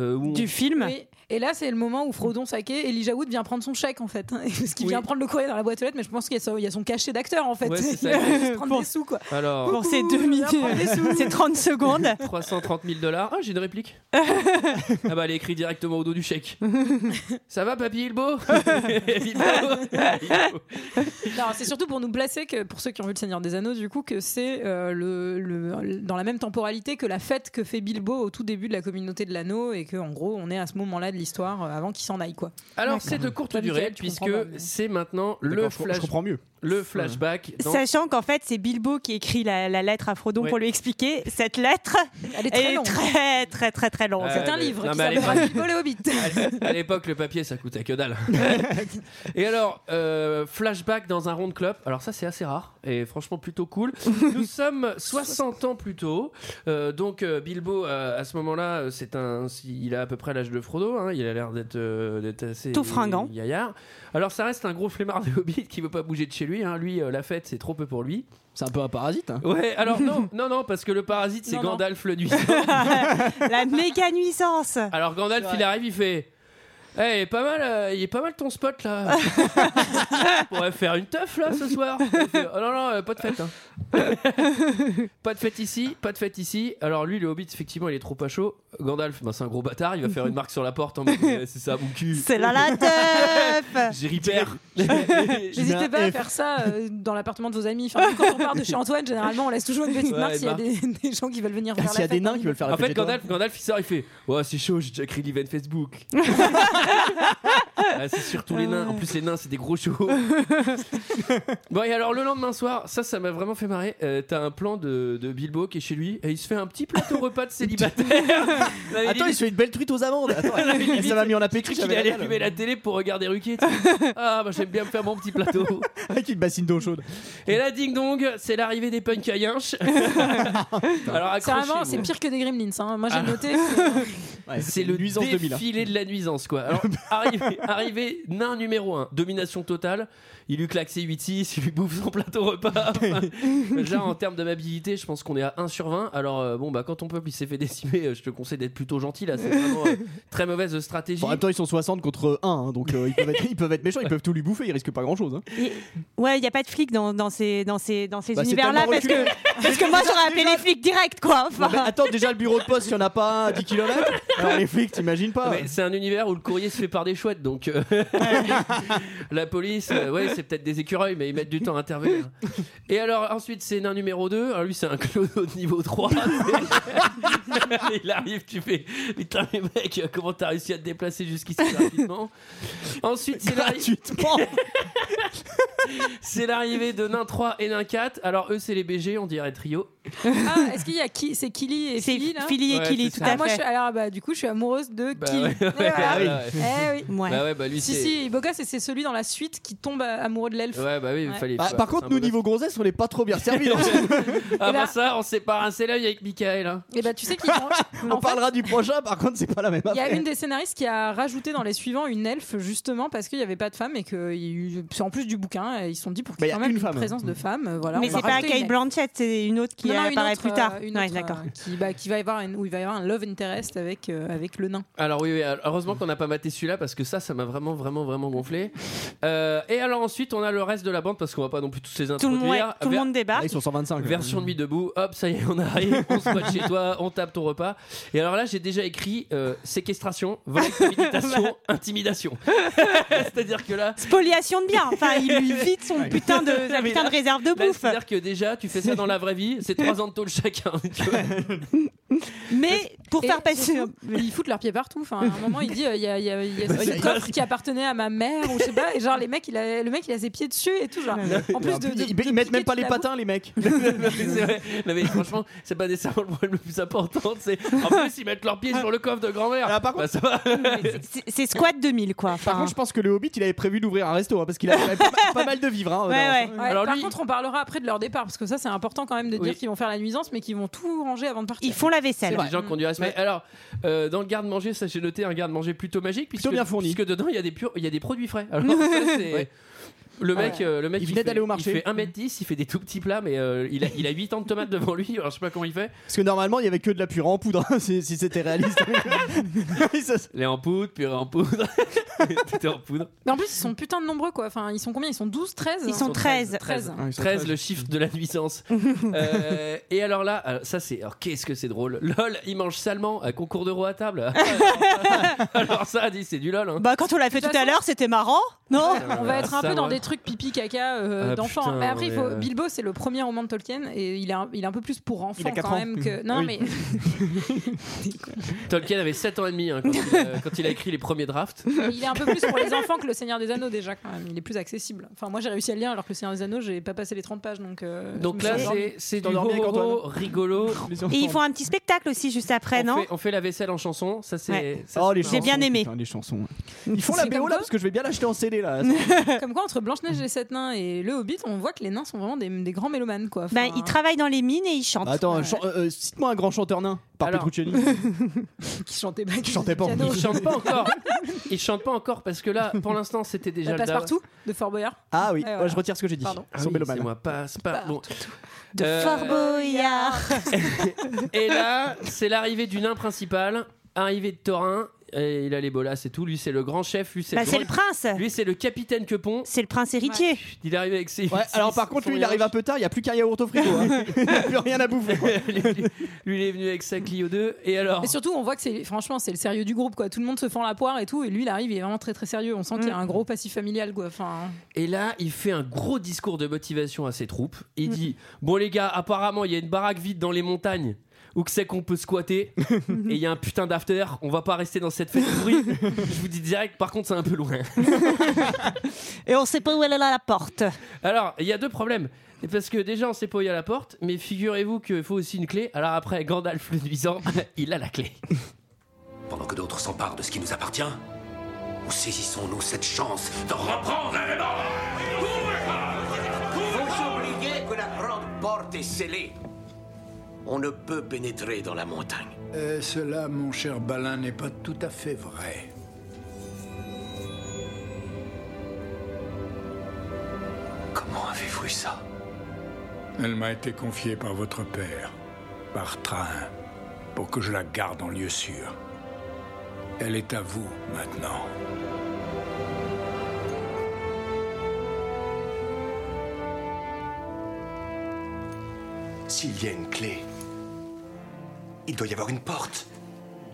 S1: euh, où on-
S6: Du film.
S11: Oui. Et là, c'est le moment où Frodon Saké, Elijah Wood vient prendre son chèque en fait. Parce qu'il
S1: Oui.
S11: vient prendre le courrier dans la boîte aux lettres, mais je pense qu'il y, a son- il y a son cachet d'acteur en fait.
S1: Ouais, c'est
S11: il
S1: ça.
S11: va se prendre des sous quoi.
S1: Alors,
S6: Pour ces
S11: Coucou,
S6: deux
S11: je viens prendre des
S6: minutes, ces 30 secondes.
S1: 330 000 dollars. Ah, j'ai une réplique. ah bah, elle est écrite directement au dos du chèque. Ça va, papy Bilbo Bilbo
S11: Non, c'est surtout pour nous placer que pour ceux qui ont vu le Seigneur des Anneaux du coup que c'est euh, le, le- dans la même temporalité que la fête que fait Bilbo au tout début de la communauté de l'anneau et et que en gros on est à ce moment-là de l'histoire euh, avant qu'il s'en aille quoi.
S1: Alors c'est de courte
S11: Toi,
S1: durée
S11: Michael, tu
S1: puisque
S11: comprends pas, mais-
S1: c'est maintenant le
S7: D'accord, je- je
S1: flash.
S7: comprends mieux.
S1: Le flashback. dans-
S6: Sachant qu'en fait, c'est Bilbo qui écrit la, la lettre à Frodon
S1: Oui.
S6: pour lui expliquer. Cette lettre,
S11: Elle est très longue.
S6: très, très, très, très longue.
S1: Euh,
S11: C'est un
S1: mais-
S11: livre
S1: non,
S11: qui
S1: mais elle est
S11: s'appelle
S1: pas-
S11: Bilbo le Hobbit.
S1: À l'époque, le papier, ça coûtait que dalle. et alors, euh, flashback dans un rond de clope. Alors ça, c'est assez rare et franchement plutôt cool. Nous sommes 60 ans plus tôt. Euh, donc euh, Bilbo, euh, à ce moment-là, euh, c'est un, il a à peu près l'âge de Frodo. hein. il a l'air d'être euh, d'être assez
S6: Tout fringant.
S1: Gaillard. Alors ça reste un gros flemmard de Hobbit qui veut pas bouger de chez lui. hein. Lui, euh, la fête, c'est trop peu pour lui.
S7: C'est un peu un parasite. hein.
S1: Ouais. Alors non, non, non, parce que le parasite, c'est
S11: Non, non.
S1: Gandalf le nuit.
S6: La méga nuisance.
S1: Alors Gandalf, il arrive, il fait. Eh, il est pas mal, euh, il est pas mal ton spot là. On pourrait faire une teuf là ce soir. Il fait, Oh non non, euh, pas de fête. hein. pas de fête ici, pas de fête ici. Alors lui, le Hobbit, effectivement, il est trop pas chaud. Gandalf, ben, c'est un gros bâtard. Il va faire une marque sur la porte en mode, eh, c'est ça mon cul.
S6: C'est là la teuf.
S1: J'y repère.
S11: N'hésitez pas à faire ça euh, dans l'appartement de vos amis. Enfin, même quand on part de chez Antoine, généralement on laisse toujours une
S1: Ouais,
S11: petite
S1: bah.
S11: marque s'il y a
S1: marque.
S11: des, des gens qui veulent venir vers la
S7: S'il y a
S11: fête. hein.
S7: des nains qui veulent faire la
S1: En fait,
S7: fête chez toi.
S1: Gandalf, Gandalf, il sort, il fait Ouais, c'est chaud, j'ai déjà créé l'event Facebook. Ah, c'est surtout les nains. En plus, les nains, c'est des gros chauds. bon, et alors, le lendemain soir, ça, ça m'a vraiment fait marrer. Euh, T'as un plan de, de Bilbo qui est chez lui et il se fait un petit plateau repas de célibataire. Non, mais
S7: Attends, il
S1: limite,
S7: se fait une belle truite aux amandes. Attends,
S1: limite,
S7: ça m'a mis en
S1: j'ai
S7: appétit.
S1: cru qu'il
S7: j'avais
S1: allait
S7: dalle.
S1: allumer la télé pour regarder Ruquier. tu sais. Ah, bah j'aime bien me faire mon petit plateau.
S7: Avec une bassine d'eau chaude.
S1: Et là, ding dong, c'est l'arrivée des punks à Yinche. Alors,
S11: C'est vraiment,
S1: accrochez-vous.
S11: c'est pire que des gremlins. hein. Moi j'ai
S1: Ah.
S11: noté. c'est-
S7: Ouais,
S1: C'est le
S7: nuisance 2000.
S1: défilé de hein. la nuisance, quoi. Alors, arrivé, arrivé, nain numéro 1, domination totale. Il lui claque ses 8-6, il lui bouffe son plateau repas. Enfin, Déjà, en termes d'amabilité, je pense qu'on est à 1 sur 20. Alors, euh, bon, bah, quand ton peuple il s'est fait décimer, euh, je te conseille d'être plutôt gentil, là. C'est vraiment euh, très mauvaise stratégie.
S7: Bon, en même temps, ils sont 60 contre 1, hein, donc euh, ils, peuvent être, ils peuvent être méchants, ils peuvent tout lui bouffer, ils risquent pas hein. grand chose.
S6: Et- Ouais, il n'y a pas de flics dans, dans ces, dans ces, dans ces
S7: Bah, c'est
S6: univers-là
S7: tellement bah,
S6: parce que, parce que moi j'aurais appelé les flics direct quoi. Enfin.
S7: attends, déjà le bureau de poste, il y en a pas un à 10 km Alors les flics, t'imagines pas
S1: Mais c'est un univers où le courrier se fait par des chouettes, donc euh, la police, euh, ouais, c'est peut-être des écureuils, mais ils mettent du temps à intervenir. Et alors ensuite, c'est nain numéro 2. Alors lui, c'est un clodo de niveau 3. Il arrive, tu fais putain, mais mec, comment t'as réussi à te déplacer jusqu'ici rapidement Ensuite, c'est l'arri-
S7: Gratuitement
S1: c'est l'arrivée de nain 3 et nain 4. Alors eux, c'est les BG, on dirait trio.
S11: Ah, est-ce qu'il y a qui C'est Killy et
S6: C'est
S11: Philly là
S6: Philly et
S1: Ouais,
S6: Killy,
S1: c'est
S6: tout
S1: ça.
S6: à
S11: Ah, moi, je
S6: fait.
S11: suis- alors bah, du coup, je suis amoureuse de
S1: Bah
S11: Killy.
S1: ouais,
S11: Eh,
S1: ouais,
S11: voilà.
S1: ouais, ouais.
S11: Eh oui.
S6: Ouais.
S1: Bah ouais, bah lui,
S11: Si,
S1: c'est.
S11: si, Bogoss, et c'est celui dans la suite qui tombe euh, amoureux de l'elfe.
S1: Ouais, bah oui, il
S11: Ouais.
S1: fallait.
S7: Bah,
S1: bah,
S7: Par
S1: c'est
S7: contre,
S1: un
S7: nous,
S1: bon
S7: niveau grossesse, on est pas trop bien servis dans ce-
S1: Ah bah ça, on s'est pas rincé l'œil avec Michael. hein.
S11: Et bah, tu sais qu'il en-
S7: On
S11: en fait,
S7: parlera du prochain, par contre, c'est pas la même
S11: Il y a
S7: affaire.
S11: une des scénaristes qui a rajouté dans les suivants une elfe justement parce qu'il n'y avait pas de femme et que il y a eu- c'est en plus du bouquin hein, et ils se sont dit pour qu'il
S7: Bah,
S11: y
S7: il
S11: ait
S7: y a
S11: quand même
S7: une
S11: une,
S7: femme.
S11: présence de femme. euh, Voilà,
S6: Mais
S11: on
S6: c'est
S11: va
S6: pas
S11: rajouter une
S6: Kate
S11: elfe.
S6: Blanchett, c'est une autre qui
S11: Non, non, une
S6: apparaît
S11: autre,
S6: plus
S11: euh,
S6: tard.
S11: une
S6: Ouais,
S11: autre,
S6: d'accord.
S11: euh, qui, bah, qui va y avoir un, où il va y avoir un love interest avec euh, avec le nain.
S1: Alors oui, oui, heureusement qu'on n'a pas maté celui-là parce que ça, ça m'a vraiment, vraiment, vraiment gonflé. Euh, et alors ensuite, on a le reste de la bande parce qu'on va pas non plus tous les
S6: Tout, le
S1: introduire.
S6: monde, ouais, tout le
S1: Ver-
S6: monde
S7: Ah,
S6: débarque.
S7: ils sont 125. là.
S1: Version de nuit debout, hop, ça y est, on arrive, on se voit chez toi, on tape ton repas. Et alors là, j'ai déjà écrit euh, séquestration, vol avec préméditation, intimidation. C'est-à-dire que là,
S6: Spoliation de biens. Enfin, il lui vide son putain de, sa
S1: Mais
S6: putain
S1: là-
S6: de réserve de
S1: là,
S6: bouffe.
S1: Bah, c'est-à-dire que déjà, tu fais ça dans la vraie vie, c'est trois ans de tôle chacun. tu vois.
S6: Mais pour
S11: Et
S6: faire passer.
S11: surtout, ils foutent leurs pieds partout. Enfin, à un moment, il dit euh, il y a, il y a- il
S7: Bah,
S11: y a ce coffre qui appartenait à ma mère ou je sais pas. Et genre les mecs, il a, le mec, il a ses pieds dessus et tout genre. En plus
S7: Alors,
S11: de,
S7: puis,
S11: de-
S7: ils,
S11: de
S7: ils mettent
S11: piquer
S7: même pas
S11: toute
S7: les
S11: la
S7: patins, les mecs.
S1: non, mais c'est vrai. Non, mais franchement, c'est pas nécessairement le problème le plus important. C'est en plus ils mettent leurs pieds sur le coffre de grand-mère.
S7: Alors, par contre-
S1: Bah, ça va.
S6: C'est- C'est Squad 2000, quoi.
S7: Par
S6: Enfin,
S7: contre, je pense que le Hobbit, il avait prévu d'ouvrir un resto, hein, parce qu'il avait pas, pas mal de vivres. hein,
S6: Ouais,
S7: dans-
S6: ouais.
S11: Ouais,
S1: Alors
S11: par
S1: lui-
S11: contre, on parlera après de leur départ parce que ça, c'est important quand même de
S1: Oui.
S11: dire qu'ils vont faire la nuisance, mais qu'ils vont tout ranger avant de partir.
S6: ils font la
S1: C'est
S6: vaisselle.
S1: des gens qui ont du respect. Alors, euh, dans le garde-manger, ça j'ai noté un garde-manger plutôt magique, puisque,
S7: bien fourni.
S1: puisque dedans il y a des pur- il y a des produits frais. Alors, ça, c'est- Le mec, euh, le mec,
S7: Il venait
S1: fait-
S7: d'aller au marché.
S1: Il fait 1m10, il fait des tout petits plats, mais euh, il, a, il a 8 ans de tomates devant lui. Alors je sais pas comment il fait.
S7: Parce que normalement, il y avait que de la purée en poudre, hein, si, si c'était réaliste. Oui, ça, c'est-
S1: Les en poudre, purée en poudre. T'étais en poudre.
S11: Mais en plus, ils sont putain de nombreux quoi. Enfin, ils sont combien Ils sont 12, 13
S6: Ils sont 13.
S11: 13.
S1: 13, le chiffre de la nuisance. Euh, et alors là, alors ça c'est. Alors qu'est-ce que c'est drôle LOL, il mange salement, à concours de roue à table. alors ça, dit, c'est du LOL. hein.
S6: Bah, quand on l'a fait
S11: De toute
S6: tout à
S11: façon-
S6: l'heure, c'était marrant, non
S11: On va être un
S1: Ça,
S11: peu dans
S1: Ah ouais.
S11: des trucs pipi caca euh,
S1: Ah,
S11: d'enfants.
S1: putain,
S11: mais après, il
S1: ouais,
S11: faut...
S1: ouais.
S11: Bilbo, c'est le premier roman de Tolkien et il est un, il est un peu plus pour enfants
S7: Il a quatre
S11: quand
S7: ans.
S11: même que. Non, non,
S7: Oui.
S11: mais
S1: Tolkien avait 7 ans et demi hein, quand, il a, quand il a écrit les premiers drafts.
S11: il est un peu plus pour les enfants que le Seigneur des Anneaux déjà quand même. Il est plus accessible. Enfin, moi j'ai réussi à le lire alors que le Seigneur des Anneaux, j'ai pas passé les 30 pages donc. euh, je
S1: Donc
S11: me
S1: là,
S11: suis endormie.
S1: c'est- c'est du
S7: T'endormis avec
S1: hororo
S7: Antoine.
S1: rigolo.
S6: Et ils font un petit spectacle aussi juste après,
S1: on,
S6: non
S1: fait, on fait la vaisselle en chanson, ça c'est.
S6: Ouais.
S1: ça,
S7: Oh,
S1: c'est
S7: les
S1: marrant.
S6: J'ai bien
S7: chansons,
S6: aimé.
S7: putain, les chansons. Ils font
S11: C'est
S7: la BO
S11: comme
S7: là
S11: ça
S7: parce que je vais bien l'acheter en CD là.
S11: Comme quoi, entre Blanche-Neige et les Sept Nains et le Hobbit, on voit que les nains sont vraiment des, des grands mélomanes quoi.
S7: Bah,
S11: Enfin,
S6: Ben, ils travaillent dans les mines et ils chantent.
S7: Attends, chan- euh, euh, cite-moi un grand chanteur nain par
S1: Alors.
S7: Petrucciani.
S11: qui chantaient pas. Qui
S7: chantaient pas.
S11: faisaient du
S1: Ils
S11: piano.
S1: chantent pas encore. Ils chantent pas encore parce que là, pour l'instant, c'était déjà
S11: La
S1: le
S11: passe
S1: dab.
S11: partout de Fort Boyard.
S7: Ah oui,
S11: Ouais,
S7: ouais,
S11: voilà.
S7: je retire ce que j'ai dit.
S11: Pardon.
S1: Ah
S7: Ils sont
S1: oui,
S7: mélomanes.
S1: c'est moi, passe, pas. Bon.
S6: De
S1: Euh,
S6: Fort Boyard.
S1: Et là, c'est l'arrivée du nain principal, arrivée de Thorin, et il a les bolas et tout. Lui, c'est le grand chef, lui, c'est
S6: Bah, c'est
S1: le
S6: le
S1: grand-
S6: prince.
S1: Lui, c'est le capitaine Quepon.
S6: C'est le prince héritier.
S1: Il arrive avec ses.
S7: Ouais,
S1: ses-
S7: alors par contre,
S1: son
S7: lui il arrive un
S1: linge.
S7: peu tard, il n'y a plus qu'un yaourt au frigo. hein. Il n'y a plus rien à bouffer. quoi.
S1: lui, lui- lui, il est venu avec sa Clio 2. Et alors
S11: Mais surtout, on voit que c'est franchement, c'est le sérieux du groupe quoi. Tout le monde se fend la poire et tout, et lui, il arrive, il est vraiment très très sérieux. On sent qu'il y a un gros passif familial quoi. Enfin,
S1: Et là, il fait un gros discours de motivation à ses troupes. Il dit Bon, les gars, apparemment, il y a une baraque vide dans les montagnes. Où que c'est qu'on peut squatter Et il y a un putain d'after. On va pas rester dans cette fête pourrie. Je vous dis direct, par contre, c'est un peu loin.
S6: Et on sait pas où elle est là, la porte.
S1: Alors, il y a deux problèmes. Et Parce que déjà, on sait pas où il y a la porte, mais figurez-vous qu'il faut aussi une clé. Alors après, Gandalf le nuisant, il a la clé.
S2: Pendant que d'autres s'emparent de ce qui nous appartient, nous saisissons-nous cette chance de reprendre la mémoire Vous oubliez que la grande porte est scellée. On ne peut pénétrer dans la montagne.
S4: Euh, cela, mon cher Balin, n'est pas tout à fait vrai.
S2: Comment avez-vous eu ça
S9: Elle m'a été confiée par votre père, par train, pour que je la garde en lieu sûr. Elle est à vous maintenant.
S2: S'il y a une clé, il doit y avoir une porte.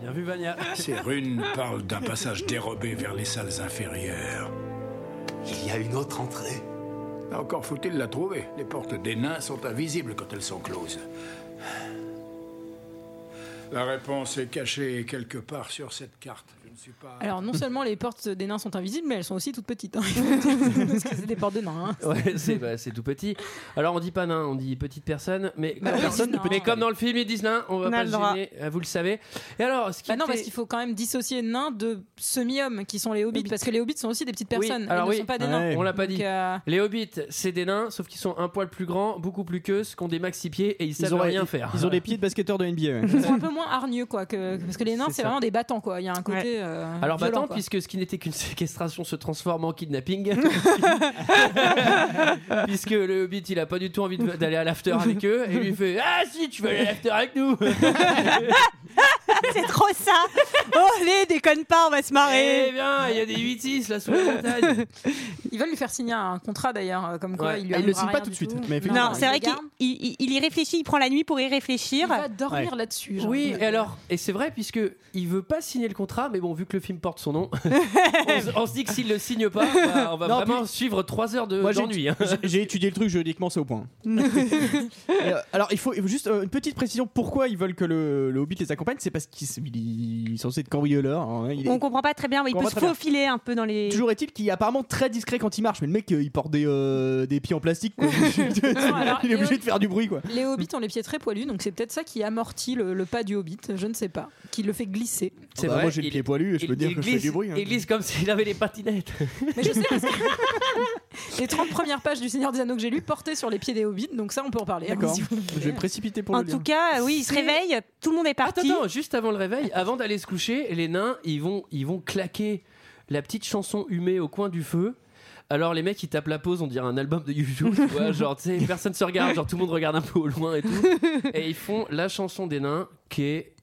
S1: Bien vu, Vania.
S9: Ces runes parlent d'un passage dérobé vers les salles inférieures.
S2: Il y a une autre entrée.
S9: Encore faut-il la trouver. Les portes des nains sont invisibles quand elles sont closes. La réponse est cachée quelque part sur cette carte. Je ne suis pas.
S11: alors non seulement les portes des nains sont invisibles, mais elles sont aussi toutes petites. hein. Parce que c'est des portes de nains. hein.
S1: Ouais, c'est bah, c'est tout petit. Alors on dit pas nain, on dit petite personne, mais,
S11: Bah oui,
S1: personne,
S11: ils disent
S1: mais
S11: nain.
S1: comme dans le film ils disent nain, on va
S6: On a
S1: pas
S6: le
S1: le
S6: droit.
S1: gêner, euh, vous le savez. Et alors, ce qui
S11: Bah non,
S1: était-
S11: parce qu'il faut quand même dissocier nains de semi-hommes qui sont les hobbits, parce que les hobbits sont aussi des petites
S1: Oui,
S11: personnes.
S1: alors
S11: ils ne
S1: oui.
S11: sont pas des
S7: Ouais.
S11: nains.
S1: on l'a pas
S11: Donc,
S1: dit.
S11: euh,
S1: Les hobbits, c'est des nains, sauf qu'ils sont un poil plus grands, beaucoup plus queues, qui ont des maxi pieds et ils, savent
S7: ont
S1: rien faire.
S7: Ils ont des pieds de basketteurs de NBA. ouais.
S11: ils sont un peu moins hargneux quoi que parce que les nains
S1: C'est
S11: c'est
S1: ça.
S11: vraiment des battants quoi il y a un côté euh,
S1: Alors
S11: violent,
S1: battant,
S11: quoi.
S1: puisque ce qui n'était qu'une séquestration se transforme en kidnapping. puisque le hobbit, il a pas du tout envie de- d'aller à l'after avec eux et lui fait Ah si, tu veux aller à l'after avec nous
S6: C'est trop ça. Oh, allez, déconne pas, on va se
S1: Eh
S6: marrer.
S1: bien, il y a des 8-6 là sous la montagne.
S11: ils veulent lui faire signer un contrat d'ailleurs euh, comme quoi
S1: Ouais.
S11: il
S7: Ah,
S11: lui
S7: il le
S11: arrivera
S7: signe pas
S11: rien
S7: tout de
S11: du
S7: suite, mais effectivement.
S6: Non,
S11: il
S6: c'est vrai
S11: le
S6: qu'il
S11: garde.
S6: il- il y réfléchit, il prend la nuit pour y
S11: il
S6: réfléchir.
S11: va dormir là-dessus genre.
S1: Oui, et alors, et c'est vrai, puisque il veut pas signer le contrat, mais bon, vu que le film porte son nom, on, se- on se dit que s'il le signe pas, bah, on va
S7: Non,
S1: vraiment suivre 3 heures de-
S7: Moi, j'ai-
S1: d'ennui. hein.
S7: J'ai- J'ai étudié le truc juridiquement, c'est au point. Et, euh, alors, il faut, il faut juste euh, une petite précision pourquoi ils veulent que le, le Hobbit les accompagne. C'est parce qu'il s- il est censé être cambrioleur. hein. Il est-
S6: On comprend pas très bien, mais il
S7: On
S6: peut
S7: comprend
S6: se
S7: très bien.
S6: faufiler un peu dans les.
S7: Toujours est-il qu'il est apparemment très discret quand il marche, mais le mec euh, il porte des, euh, des pieds en plastique. quoi.
S11: alors,
S7: il est obligé
S11: et-
S7: de faire du bruit quoi.
S11: Les hobbits ont les pieds très poilus, donc c'est peut-être ça qui amortit le, le pas du hobbit, je ne sais pas, qui le fait glisser.
S1: C'est
S7: Bah,
S1: vrai,
S7: moi j'ai le
S1: il-
S7: pied poilu et je
S1: il-
S7: peux dire
S1: il
S7: que je fais
S1: glisse-
S7: du bruit. hein.
S1: Il glisse comme s'il avait des patinettes.
S11: Mais je sais parce que les 30 premières pages du Seigneur des Anneaux que j'ai lu portaient sur les pieds des hobbits, donc ça on peut en parler.
S7: D'accord.
S11: Allez-y.
S7: Je vais me précipiter pour
S6: En
S7: le lire.
S6: tout cas, oui, il se
S1: C'est-
S6: réveille, tout le monde est
S1: Attends,
S6: parti.
S1: attends, juste avant le réveil, avant d'aller se coucher, les nains, ils vont, ils vont claquer la petite chanson humée au coin du feu. Alors les mecs ils tapent la pause, on dirait un album de YouTube, tu vois, genre tu sais, personne se regarde, genre tout le monde regarde un peu au loin et tout. Et ils font la chanson des nains qui est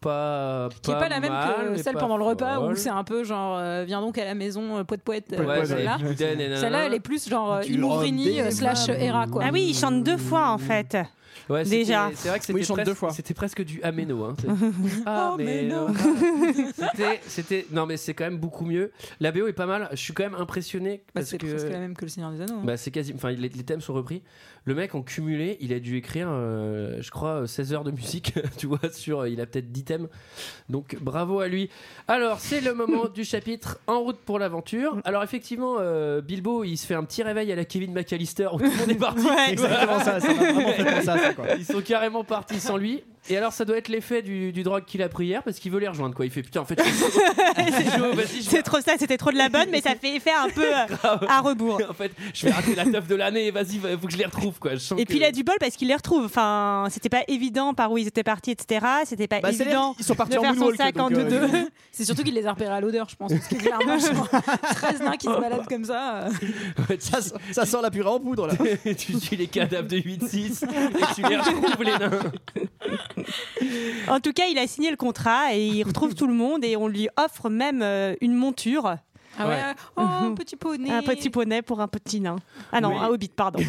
S1: pas.
S11: Qui n'est pas, la même
S1: mal,
S11: que
S1: mais
S11: celle
S1: pas
S11: pendant le repas
S1: folle.
S11: où c'est un peu genre euh, viens donc à la maison euh, poète poète.
S1: Ouais,
S11: euh,
S1: c'est
S11: celle-là.
S1: Boudin et nanana.
S11: Celle-là, elle est plus genre euh,
S1: Tu leur
S11: Imouvrini euh,
S1: débat,
S11: slash
S1: mais-
S11: Hera quoi.
S6: Ah oui, il chante deux fois en fait.
S1: Ouais, c'était-
S6: Déjà.
S1: C'est vrai que
S6: Oui,
S1: c'était
S6: il chante
S1: presque-
S6: deux fois.
S1: C'était presque du Ameno. Hein,
S11: Oh,
S1: Ah, mais non. C'était- C'était non mais c'est quand même beaucoup mieux. La BO est pas mal. Je suis quand même impressionné
S11: Bah,
S1: parce
S11: c'est presque la
S1: que
S11: même que le Seigneur des Anneaux. hein.
S1: bah, c'est quasi enfin les, les thèmes sont repris. Le mec en cumulé, il a dû écrire euh, je crois euh, 16 heures de musique, tu vois sur euh, il a peut-être 10 thèmes. Donc bravo à lui. Alors, c'est le moment du chapitre en route pour l'aventure. Alors effectivement euh, Bilbo, il se fait un petit réveil à la Kevin McAllister où tout le monde est parti.
S7: C'est exactement ça, ça m'a vraiment fait penser à ça, quoi.
S1: Ils sont carrément partis sans lui. Et alors, ça doit être l'effet du, du drogue qu'il a pris hier parce qu'il veut les rejoindre. Quoi. Il fait putain, en fait, je suis chaud. C'est chaud, vas-y, je
S6: C'est trop ça, c'était trop de la bonne, mais ça fait effet un peu euh,
S1: Grave.
S6: à rebours.
S1: en fait, je vais rater la teuf de l'année. Vas-y, va- faut que je les retrouve. Quoi. Je sens
S6: Et puis il
S1: que...
S6: a du bol parce qu'il les retrouve. Enfin, c'était pas évident par où ils étaient partis, etc. C'était pas
S7: Bah, c'est
S6: évident.
S7: les- ils sont partis
S6: de
S7: en
S6: faire son
S7: moonwalk,
S6: sac en
S7: donc,
S6: deux
S7: euh,
S6: deux.
S11: C'est surtout qu'il les a repérés à l'odeur, je pense. Parce que clairement, je vois 13 nains qui se baladent comme ça. euh.
S7: ça, ça sent la purée en poudre là.
S1: tu tues les cadavres de 8-6 et tu les retrouves, les nains.
S6: En tout cas, il a signé le contrat et il retrouve tout le monde et on lui offre même euh, une monture,
S11: Ah ouais, Oh, petit poney.
S6: un Mhm. Ah, petit poney pour un petit nain. Ah non,
S1: Oui.
S6: un hobbit, pardon.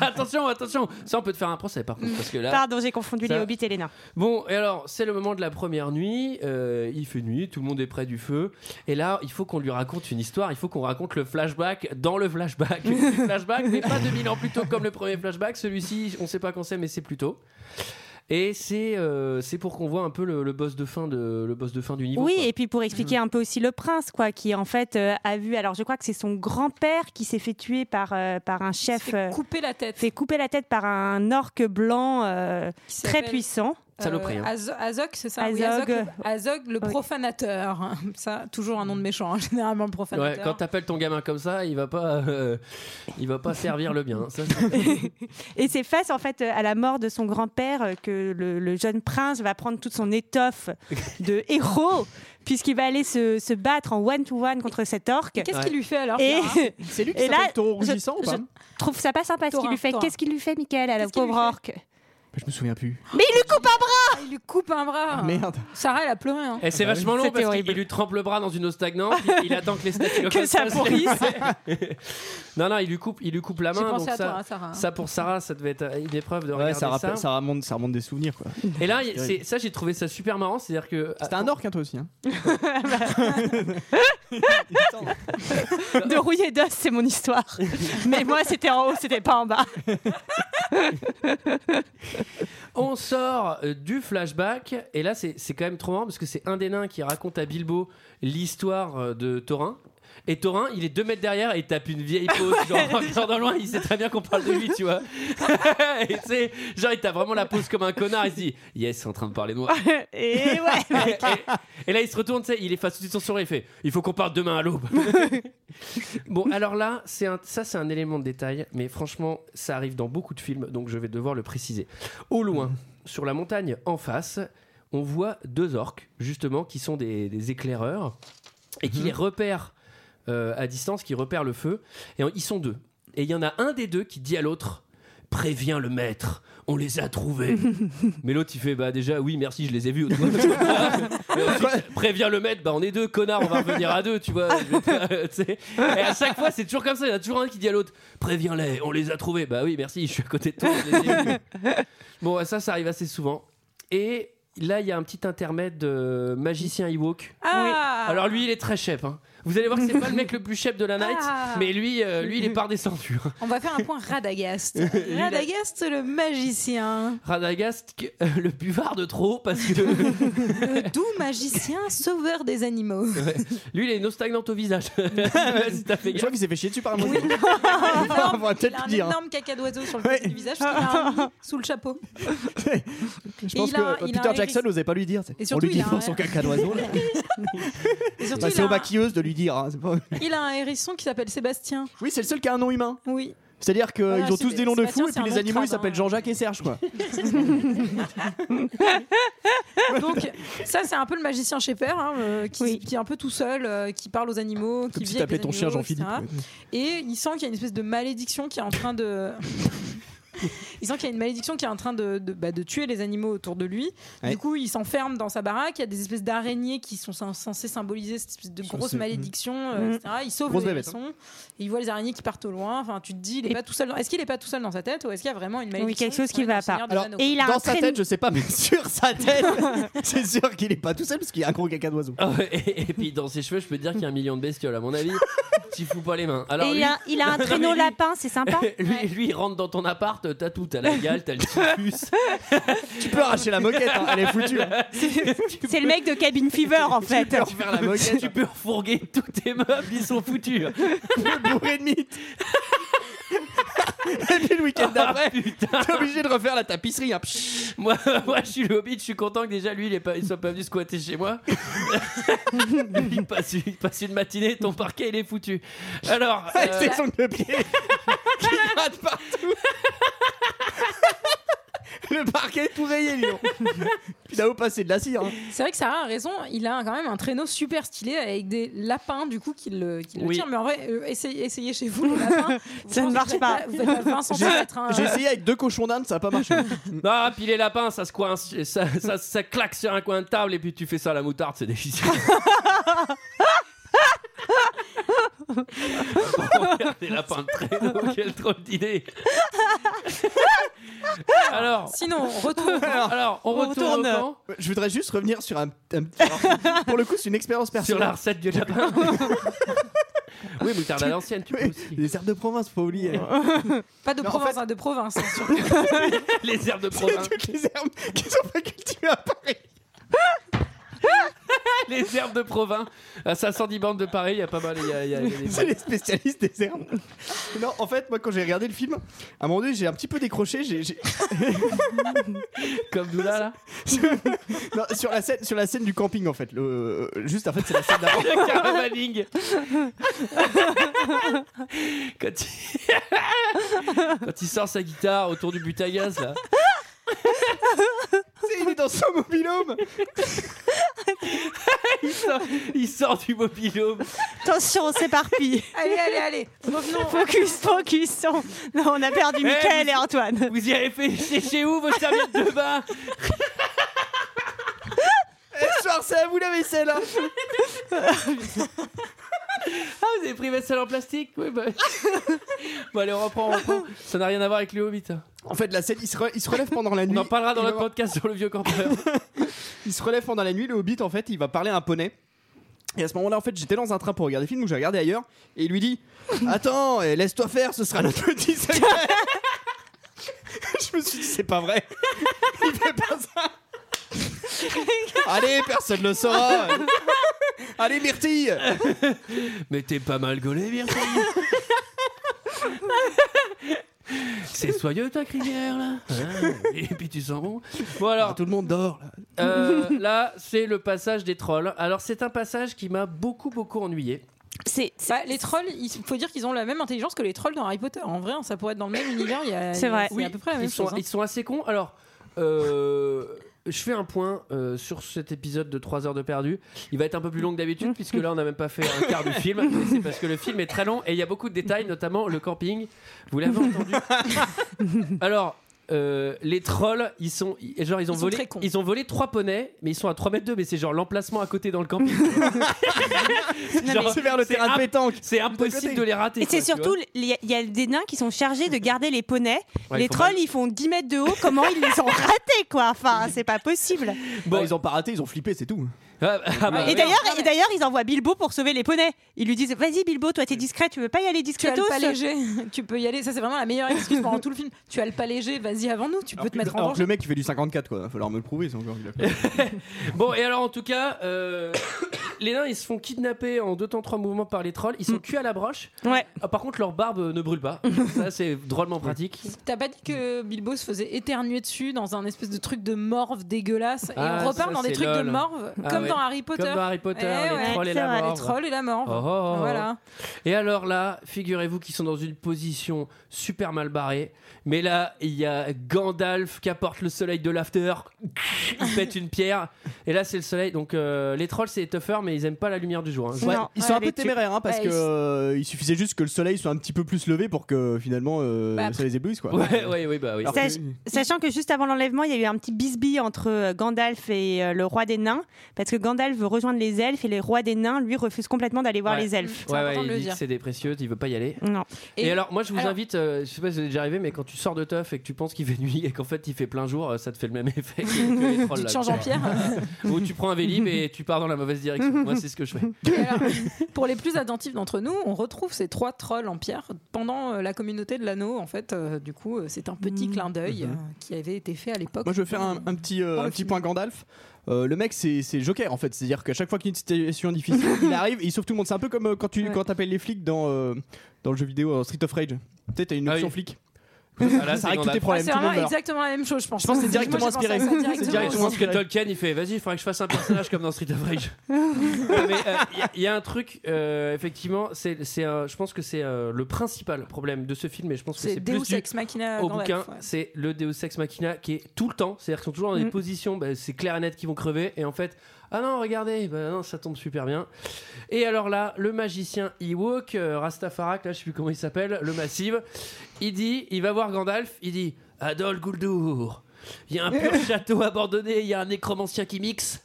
S1: attention, attention. Ça, on peut te faire un procès par contre. Parce que là.
S6: Pardon, j'ai confondu
S1: Ah. Ça-
S6: les hobbits et les nains.
S1: Bon, et alors, c'est le moment de la première nuit. euh, il fait nuit, tout le monde est près du feu. Et là, il faut qu'on lui raconte une histoire. Il faut qu'on raconte le flashback dans le flashback. Le flashback, mais pas 2000 ans plus tôt comme le premier flashback. Celui-ci, on sait pas quand c'est, mais c'est plus tôt. Et c'est euh, c'est pour qu'on voit un peu le, le boss de fin de le boss de fin du niveau.
S6: Oui,
S1: quoi.
S6: et puis pour expliquer un peu aussi le prince, quoi, qui en fait euh, a vu. Alors je crois que c'est son grand-père qui s'est fait tuer par, euh, par un
S11: Il se
S6: chef.
S11: fait
S6: euh,
S11: couper la tête.
S6: fait couper la tête par un orque blanc euh,
S11: Qui
S6: très
S11: s'appelle,
S6: puissant.
S11: euh,
S1: Saloperie, hein.
S11: Azo- Azog, c'est ça Oui,
S6: Azog.
S11: Azog, le- Azog, le
S6: Oui.
S11: profanateur. Ça, toujours un nom de méchant, hein, généralement le profanateur.
S1: Ouais, quand t'appelles ton gamin comme ça, il va pas euh, il va pas servir le bien. Ça, c'est-
S6: Et c'est face en fait euh, à la mort de son grand-père euh, que le, le jeune prince va prendre toute son étoffe de héros puisqu'il va aller se, se battre en one-to-one contre cet orque.
S11: Qu'est-ce
S1: Ouais.
S11: qu'il lui fait alors
S6: Et,
S11: Clara
S7: C'est lui
S6: Et
S7: qui
S6: là,
S7: s'appelle Taureau
S6: je-
S7: Rougissant ou pas Bah,
S6: je- trouve ça pas sympa ce qu'il
S11: Thorin,
S6: lui fait.
S11: Thorin.
S6: Qu'est-ce qu'il lui fait, Michael, à la
S11: Qu'est-ce qu'il
S6: pauvre
S11: lui fait
S6: orque
S7: Je me souviens plus.
S6: Mais il lui coupe un bras
S11: Ah, Il lui coupe un bras.
S7: Ah merde.
S11: Sarah, elle a pleuré. hein.
S1: Et Eh, c'est
S7: bah oui.
S1: vachement long
S6: C'était
S1: parce qu'il
S6: horrible.
S1: lui trempe le bras dans une eau stagnante. Il, il attend que les statues
S6: que ça pourrisse.
S1: Non, non, il lui coupe, il lui coupe la
S11: J'ai
S1: main.
S11: pensé
S1: Donc
S11: à
S1: ça,
S11: toi, hein, Sarah.
S1: ça pour Sarah, ça devait être une épreuve de
S7: Ouais,
S1: regarder
S7: ça,
S1: ça.
S7: rappelle- ça remonte, ça remonte des souvenirs quoi.
S11: Ah,
S1: Et là, il- c'est- ça, j'ai trouvé ça super marrant. C'est-à-dire que
S7: C'était un orque hein, toi aussi. Hein.
S11: Bah,
S6: De rouillé d'os, c'est mon histoire. Mais moi, c'était en haut, c'était pas en bas.
S1: on sort euh, du flashback et là, c'est c'est quand même trop marrant parce que c'est un des nains qui raconte à Bilbo l'histoire euh, de Thorin. Et Thorin, il est deux mètres derrière et il tape une vieille pose, genre en regardant loin, il sait très bien qu'on parle de lui, tu vois. et tu sais, genre, il tape vraiment la pose comme un connard, il se dit, yes, c'est en train de parler de moi.
S6: Et ouais.
S1: et, et là, il se retourne, tu sais, il efface tout de suite son sourire, il fait Il faut qu'on parte demain à l'aube. bon, alors là, c'est un, ça, c'est un élément de détail, mais franchement, ça arrive dans beaucoup de films, donc je vais devoir le préciser. Au loin, sur la montagne en face, on voit deux orques, justement, qui sont des, des éclaireurs et qui les repèrent euh, à distance, qui repèrent le feu. Et en- ils sont deux. Et il y en a un des deux qui dit à l'autre Préviens le maître, on les a trouvés. Mais l'autre il fait bah déjà oui merci je les ai vus. tu vois. Mais ensuite, Préviens le maître bah on est deux connards on va revenir à deux tu vois. Je vais pas, euh, tu sais. Et à chaque fois c'est toujours comme ça il y en a toujours un qui dit à l'autre préviens les on les a trouvés bah oui merci je suis à côté de toi. je les ai vus. bon ça ça arrive assez souvent et là il y a un petit intermède de magicien Ewok.
S11: Ah
S1: Alors lui il est très chef hein. Vous allez voir que c'est pas le mec le plus chef de la night
S11: Ah.
S1: mais lui euh, lui il est pas redescendu. hein.
S11: On va faire un point Radagast. Radagast, le magicien.
S1: Radagast que- euh, le buvard de trop parce que
S11: Le doux magicien sauveur des animaux.
S1: Lui, il a une eau stagnante au visage. si t'as fait
S7: Je
S1: gaffe.
S7: crois qu'il s'est fait chier dessus par un monstre.
S11: Énorme,
S7: On va
S11: il
S7: peut-être
S11: a
S7: tout
S11: un
S1: hein.
S7: dire.
S11: énorme caca d'oiseau sur le côté
S7: Ouais.
S11: du visage parce qu'il a un nid sous le chapeau.
S7: Je
S11: Et
S7: pense
S11: il a-
S7: que
S11: il a
S7: Peter
S11: un
S7: Jackson
S11: iris.
S7: n'osait pas lui dire. tu sais.
S11: Et
S7: On
S11: surtout,
S7: lui dit
S11: il a
S7: dans
S11: un-
S7: son caca d'oiseau. là.
S11: Et surtout,
S7: Bah,
S11: il,
S7: c'est aux
S11: a un,
S7: maquilleuses de lui dire. hein, c'est pas-
S11: il a un hérisson qui s'appelle Sébastien.
S7: Oui, c'est le seul qui a un nom humain.
S11: Oui.
S7: C'est-à-dire qu'ils
S11: Voilà,
S7: ont
S11: c'est
S7: tous
S11: des-
S7: des noms de
S11: Sébastien,
S7: fous et
S11: c'est
S7: puis
S11: un
S7: les
S11: nom
S7: animaux
S11: crade,
S7: ils s'appellent
S11: hein.
S7: Jean-Jacques et Serge quoi.
S11: Donc, ça, c'est un peu le magicien Shepherd, hein, euh, qui,
S6: Oui.
S11: qui est un peu tout seul, euh, qui parle aux animaux,
S7: Comme
S11: qui
S7: si
S11: vit avec
S7: t'appelais
S11: les
S7: ton chien
S11: animaux,
S7: Jean-Philippe.
S11: etc. Et il sent qu'il y a une espèce de malédiction qui est en train de. il sent qu'il y a une malédiction qui est en train de, de- bah, de tuer les animaux autour de lui.
S7: Ouais.
S11: Du coup, il s'enferme dans sa baraque. Il y a des espèces d'araignées qui sont cens- censées symboliser cette espèce de
S7: Sur
S11: grosse
S7: ce-
S11: malédiction,
S7: Mm.
S11: euh, etc. Il sauve
S7: Grosse hein.
S11: les
S7: bébête,
S11: hérissons. Et il voit les araignées qui partent au loin. Enfin, tu te dis, il est pas tout seul. dans- Est-ce qu'il est pas tout seul dans sa tête ou est-ce qu'il y a vraiment une malédiction
S6: Oui, quelque chose qui
S11: Ouais,
S6: va
S11: dans Seigneur
S6: pas.
S11: des Anneaux.
S6: et il a
S7: Dans
S6: un
S7: sa
S6: traîne-
S7: tête, je sais pas, mais sur sa tête, c'est sûr qu'il est pas tout seul parce qu'il y a un gros caca d'oiseau.
S1: Ah ouais, et, et puis dans ses cheveux, je peux te dire qu'il y a un million de bestioles, à mon avis. T'y fous pas les mains. Alors,
S6: et
S1: lui,
S6: il a, il a un
S1: Non, mais
S6: traîneau
S1: lui-
S6: lapin, c'est sympa.
S1: lui, lui, il rentre dans ton appart, t'as tout, t'as la gale, t'as le typhus.
S7: Tu peux arracher la moquette, hein, elle est foutue. hein.
S6: C'est le mec de Cabin Fever en fait.
S7: Tu peux refaire la moquette,
S1: tu peux refourguer tous tes meubles, ils sont foutus.
S7: tu peux le bourrer de mythes. Et puis le
S1: Ah,
S7: week-end d'après, t'es obligé de refaire la tapisserie. hein. Pshhh.
S1: Moi, moi, je suis le hobbit, je suis content que déjà lui, il, est pas, il soit pas venu squatter chez moi. il, passe, il passe une matinée, ton parquet, il est foutu. Alors,
S7: Avec
S1: euh,
S7: ses ongles de pied qui grattent partout. le parquet est tout rayé, dis donc. Puis là-haut, passer de la cire. hein.
S11: C'est vrai que Sarah a raison, il a quand même un traîneau super stylé avec des lapins du coup qui le, qui le
S1: Oui.
S11: tirent. Mais en vrai, euh, essayez, essayez chez vous les lapins. Vous
S6: Ça ne
S11: pensez
S6: marche
S11: que
S6: pas.
S11: Vous êtes à 20 centimètres. hein.
S7: J'ai essayé avec deux cochons d'Inde, ça a pas marché.
S1: Ah, puis les lapins, ça se coince, ça, ça, ça claque sur un coin de table et puis tu fais ça à la moutarde, c'est difficile. Bon, regarde, les lapins de traîneau, quelle drôle d'idée. alors,
S11: Sinon, retour.
S1: alors, on,
S6: On
S1: retourne,
S6: retourne.
S1: au camp,
S7: Je voudrais juste revenir sur un. un- alors, pour le coup, c'est une expérience
S1: sur la
S7: personnelle.
S1: recette du lapin. oui, moutarde à l'ancienne, tu peux
S7: Oui,
S1: aussi.
S7: les herbes de province, faut pas oublier.
S11: Pas de
S7: Non, en
S11: province,
S7: fait-
S11: hein, de province. hein, surtout.
S1: Les herbes de province.
S7: Toutes les herbes qui sont pas cultivées à Paris.
S1: Les herbes de province. À 510 bandes de Paris, il y a pas mal. il Y a, il y a- il y a des-
S7: C'est les spécialistes des herbes. Non, en fait, moi, quand j'ai regardé le film, à un moment donné, j'ai un petit peu décroché. j'ai- j'ai-
S1: Comme nous là, là.
S7: Non, sur, la scène, sur la scène du camping, en fait. Le... euh, Juste, en fait, c'est la scène d'avant.
S1: Le caravaning. quand, il... quand il sort sa guitare autour du but à gaz, là.
S7: Il est dans son mobilhome.
S1: Il sort, il sort du mobilhome.
S6: Attention, on s'éparpille.
S11: allez, allez, allez. Revenons.
S6: Focus, focus. On, non, on a
S11: Eh,
S6: perdu Michael et Antoine.
S1: Vous y avez fait chez, chez où vos serviettes de bain Ah,
S7: Ce soir, c'est à vous la vaisselle. hein.
S1: Ah, vous avez pris votre salle en plastique Oui, bah. bon, allez, on reprend, on reprend. Ça n'a rien à voir avec le Hobbit. hein.
S7: En fait, la scène, il se, re- il se relève pendant la nuit.
S1: On en parlera dans
S7: Il
S1: notre
S7: va-
S1: podcast sur le vieux campeur.
S7: Il se relève pendant la nuit, le hobbit en fait, il va parler à un poney. Et à ce moment-là, en fait, j'étais dans un train pour regarder le film, donc j'ai regardé ailleurs, et il lui dit Attends, eh, laisse-toi faire, ce sera notre petit secret Je me suis dit, c'est pas vrai Il fait pas ça Allez, personne le saura Allez, Myrtille
S1: Mais t'es pas mal gaulé, bien C'est soyeux ta crinière là Hein Et puis tu sens bon Bon alors,
S7: Ah, Tout le monde dort là.
S1: euh, là c'est le passage des trolls. Alors c'est un passage qui m'a beaucoup beaucoup ennuyé.
S6: C'est
S11: Bah, les trolls, il faut dire qu'ils ont la même intelligence que les trolls dans Harry Potter. En vrai, hein, ça pourrait être dans le même univers. il y a-
S6: C'est vrai.
S11: C'est à peu près la même
S1: ils sont,
S11: chose. hein.
S1: ils sont assez cons. Alors, euh, je fais un point euh, sur cet épisode de 3 heures de perdu. Il va être un peu plus long que d'habitude, puisque là, on n'a même pas fait un quart du film. Mais C'est parce que le film est très long et il y a beaucoup de détails, notamment le camping. Vous l'avez entendu. Alors. euh, les trolls, ils sont, ils- genre ils ont
S11: Ils sont
S1: volé,
S11: très cons.
S1: ils ont volé trois poneys, mais ils sont à 3 mètres 2 mais c'est genre l'emplacement à côté dans le camping. Genre,
S7: C'est vers le
S1: c'est
S7: terrain
S1: imp-
S7: de pétanque
S1: C'est impossible de les rater.
S6: Et c'est
S1: quoi, tu
S6: surtout, il y, a- il y a des nains qui sont chargés de garder les poneys.
S1: Ouais,
S6: les
S1: ils font
S6: trolls, ils font 10 mètres de haut. Comment ils les ont ratés, quoi Enfin, c'est pas possible.
S1: Bon.
S7: Bon, Ah, ils ont pas raté, ils ont flippé, c'est tout.
S1: vois. Ah, ah, bah,
S6: Et d'ailleurs, et d'ailleurs, ils envoient Bilbo pour sauver les poneys. Ils lui disent Vas-y, Bilbo, toi, t'es discret, tu veux pas y aller
S11: Tu as le
S6: discretos
S11: pas léger, tu peux y aller. Ça, c'est vraiment la meilleure excuse pendant tout le film. Tu as le pas léger, vas-y avant nous, tu peux te mettre en
S7: Alors que
S11: danger.
S7: le mec il fait du 54 quoi, va falloir me le prouver, c'est encore.
S1: Bon, et alors en tout cas, euh, les nains ils se font kidnapper en deux temps trois mouvements par les trolls. Ils
S11: Mm.
S1: sont cuits à la broche.
S6: Ouais.
S1: Ah, par contre, leur barbe euh, ne brûle pas. Ça, c'est drôlement pratique.
S11: T'as pas dit que Bilbo se faisait éternuer dessus dans un espèce de truc de morve dégueulasse
S1: Ah,
S11: Et on repart
S1: ça,
S11: dans des
S1: c'est
S11: trucs
S1: lol.
S11: de morve,
S1: Ah
S11: comme
S1: ouais.
S11: dans Harry Potter.
S1: Comme dans Harry Potter,
S11: Eh
S1: les
S11: ouais,
S1: trolls et
S6: c'est
S1: la
S6: vrai, les
S1: morve.
S11: Les trolls et la
S1: Oh,
S11: morve.
S1: oh, oh.
S11: Voilà.
S1: Et alors là, figurez-vous qu'ils sont dans une position super mal barrée. Mais là, il y a Gandalf qui apporte le soleil de l'after. Il pète une pierre. Et là, c'est le soleil. Donc euh, les trolls, c'est tougher, mais mais ils aiment pas la lumière du jour. hein.
S7: Ouais, ils sont un peu téméraires hein, parce que euh, il suffit suffisait juste que le soleil soit un petit peu plus levé pour que finalement euh,
S6: Bah,
S7: ça les éblouisse quoi.
S1: Ouais, ouais, ouais, bah oui.
S7: Alors
S6: Sach-
S7: que-
S6: Sachant que juste avant l'enlèvement, il y a eu un petit bisbille entre euh, Gandalf et euh, le roi des nains, parce que Gandalf veut rejoindre les elfes et le roi des nains, lui, refuse complètement d'aller voir
S1: Ouais.
S6: les elfes.
S1: Ouais, ouais, il dit que c'est des précieuses, il veut pas y aller.
S6: Non.
S1: Et,
S6: Et-
S1: alors, moi, je vous
S6: alors-
S1: invite, euh, je sais pas si vous êtes déjà arrivé, mais quand tu sors de teuf et que tu penses qu'il fait nuit et qu'en fait il fait plein jour, euh, ça te fait le même effet que, que les trolls. Oh
S11: Tu te
S1: là,
S11: changes
S1: tu
S11: en
S1: vois.
S11: pierre.
S1: Ou tu prends un vélib et tu pars dans la mauvaise direction. Moi, c'est ce que je fais.
S11: Pour les plus attentifs d'entre nous, on retrouve ces trois trolls en pierre pendant euh, la communauté de l'anneau. En fait, euh, du coup, euh, c'est un petit
S6: Mm.
S11: clin d'œil
S7: Mhm.
S11: euh, qui avait été fait à l'époque. Ah,
S7: Moi, je veux faire un, un petit, euh, un petit point Gandalf. Euh, le mec, c'est c'est Joker en fait. C'est-à-dire qu'à chaque fois qu'il y a une situation difficile, il arrive et il sauve tout le monde. C'est un peu comme euh, quand tu
S11: Ouais.
S7: quand t'appelles les flics dans, euh, dans le jeu vidéo euh, Street of Rage. Tu sais, t'as une
S1: Ah
S7: option
S1: oui.
S7: flic.
S1: Ah, là, c'est
S7: ça règle tous
S1: Gandalf.
S7: tes
S11: Ah, c'est
S7: problèmes. tout le
S11: vraiment
S7: monde meurt.
S11: exactement la même chose, je pense.
S7: Je pense que c'est
S11: Moi, j'ai
S7: directement
S11: pensé à ça
S7: inspiré.
S11: directement.
S7: C'est
S1: Directement
S7: aussi.
S1: ce que Tolkien il fait, vas-y, il faudrait que je fasse un personnage comme dans Street of Rage. Non, mais euh, il y, a- y a un truc, euh, effectivement, c'est, c'est un- je pense que c'est euh, le principal problème de ce film, et je pense que c'est,
S11: C'est
S1: plus
S11: Deus
S1: dû
S11: Ex Machina
S1: au
S11: Gandalf,
S1: bouquin,
S11: ouais.
S1: c'est le Deus Ex Machina qui est tout le temps, c'est-à-dire qu'ils sont toujours dans des
S11: Mm.
S1: positions, bah, c'est clair et net qu'ils vont crever, et en fait, ah non, regardez, bah non, ça tombe super bien. Et alors là, le magicien Ewok, euh, Rastafarak, là, je sais plus comment il s'appelle, le massive, il dit, il va voir Gandalf, il dit, Adol Guldur. Il y a un pur château abandonné, il y a un nécromancien qui mixe.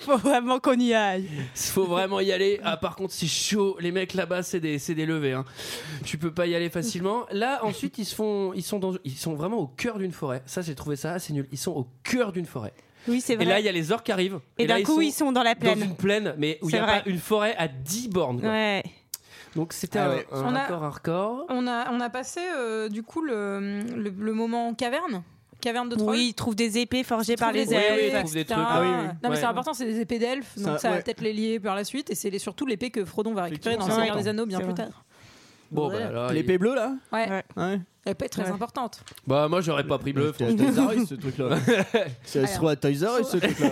S6: Faut vraiment qu'on y aille.
S1: Faut vraiment y aller. Ah, par contre, c'est chaud. Les mecs là-bas, c'est des, c'est des levées. Hein. Tu peux pas y aller facilement. Là, ensuite, ils se font, ils sont dans, ils sont vraiment au cœur d'une forêt. Ça, j'ai trouvé ça assez nul. Ils sont au cœur d'une forêt.
S6: Oui, c'est
S1: Et
S6: vrai.
S1: là, il y a les orques qui arrivent.
S6: Et
S1: là,
S6: d'un coup, ils sont dans la
S1: dans
S6: plaine.
S1: une plaine, mais où il
S6: C'est
S1: y a
S6: vrai.
S1: pas une forêt à 10 bornes. quoi.
S6: Ouais.
S1: Donc c'était
S7: Ah
S1: un-
S7: ouais.
S1: un,
S11: On a-
S1: hardcore, hardcore.
S11: On a, on a passé euh, du coup le, le, le moment en caverne Caverne de Troll
S6: Oui, ils trouvent des épées forgées
S11: Trouve
S6: par les
S11: des
S1: oui,
S6: elfes.
S1: ils
S11: elfes,
S1: trouvent des
S11: etc.
S1: trucs. Ah oui, oui.
S11: Non, mais c'est
S1: Ouais.
S11: important, c'est des épées d'elfes, donc
S7: Ça,
S11: ça, va
S7: ouais.
S11: peut-être les lier par la suite, et c'est les- surtout l'épée que Frodon va récupérer dans le
S7: Effectivement,
S11: Seigneur
S7: c'est
S11: des Anneaux bien
S6: important.
S11: plus tard.
S1: Bon,
S11: Ouais.
S1: bah, là, il-
S7: L'épée bleue là
S11: Ouais,
S6: Ouais.
S7: Ouais.
S11: l'épée est très
S6: Ouais.
S11: importante.
S1: bah moi, j'aurais pas pris bleu.
S7: C'est à Toys R Us, ce truc là. C'est
S11: Alors.
S7: sur Toys R Us, ce truc là.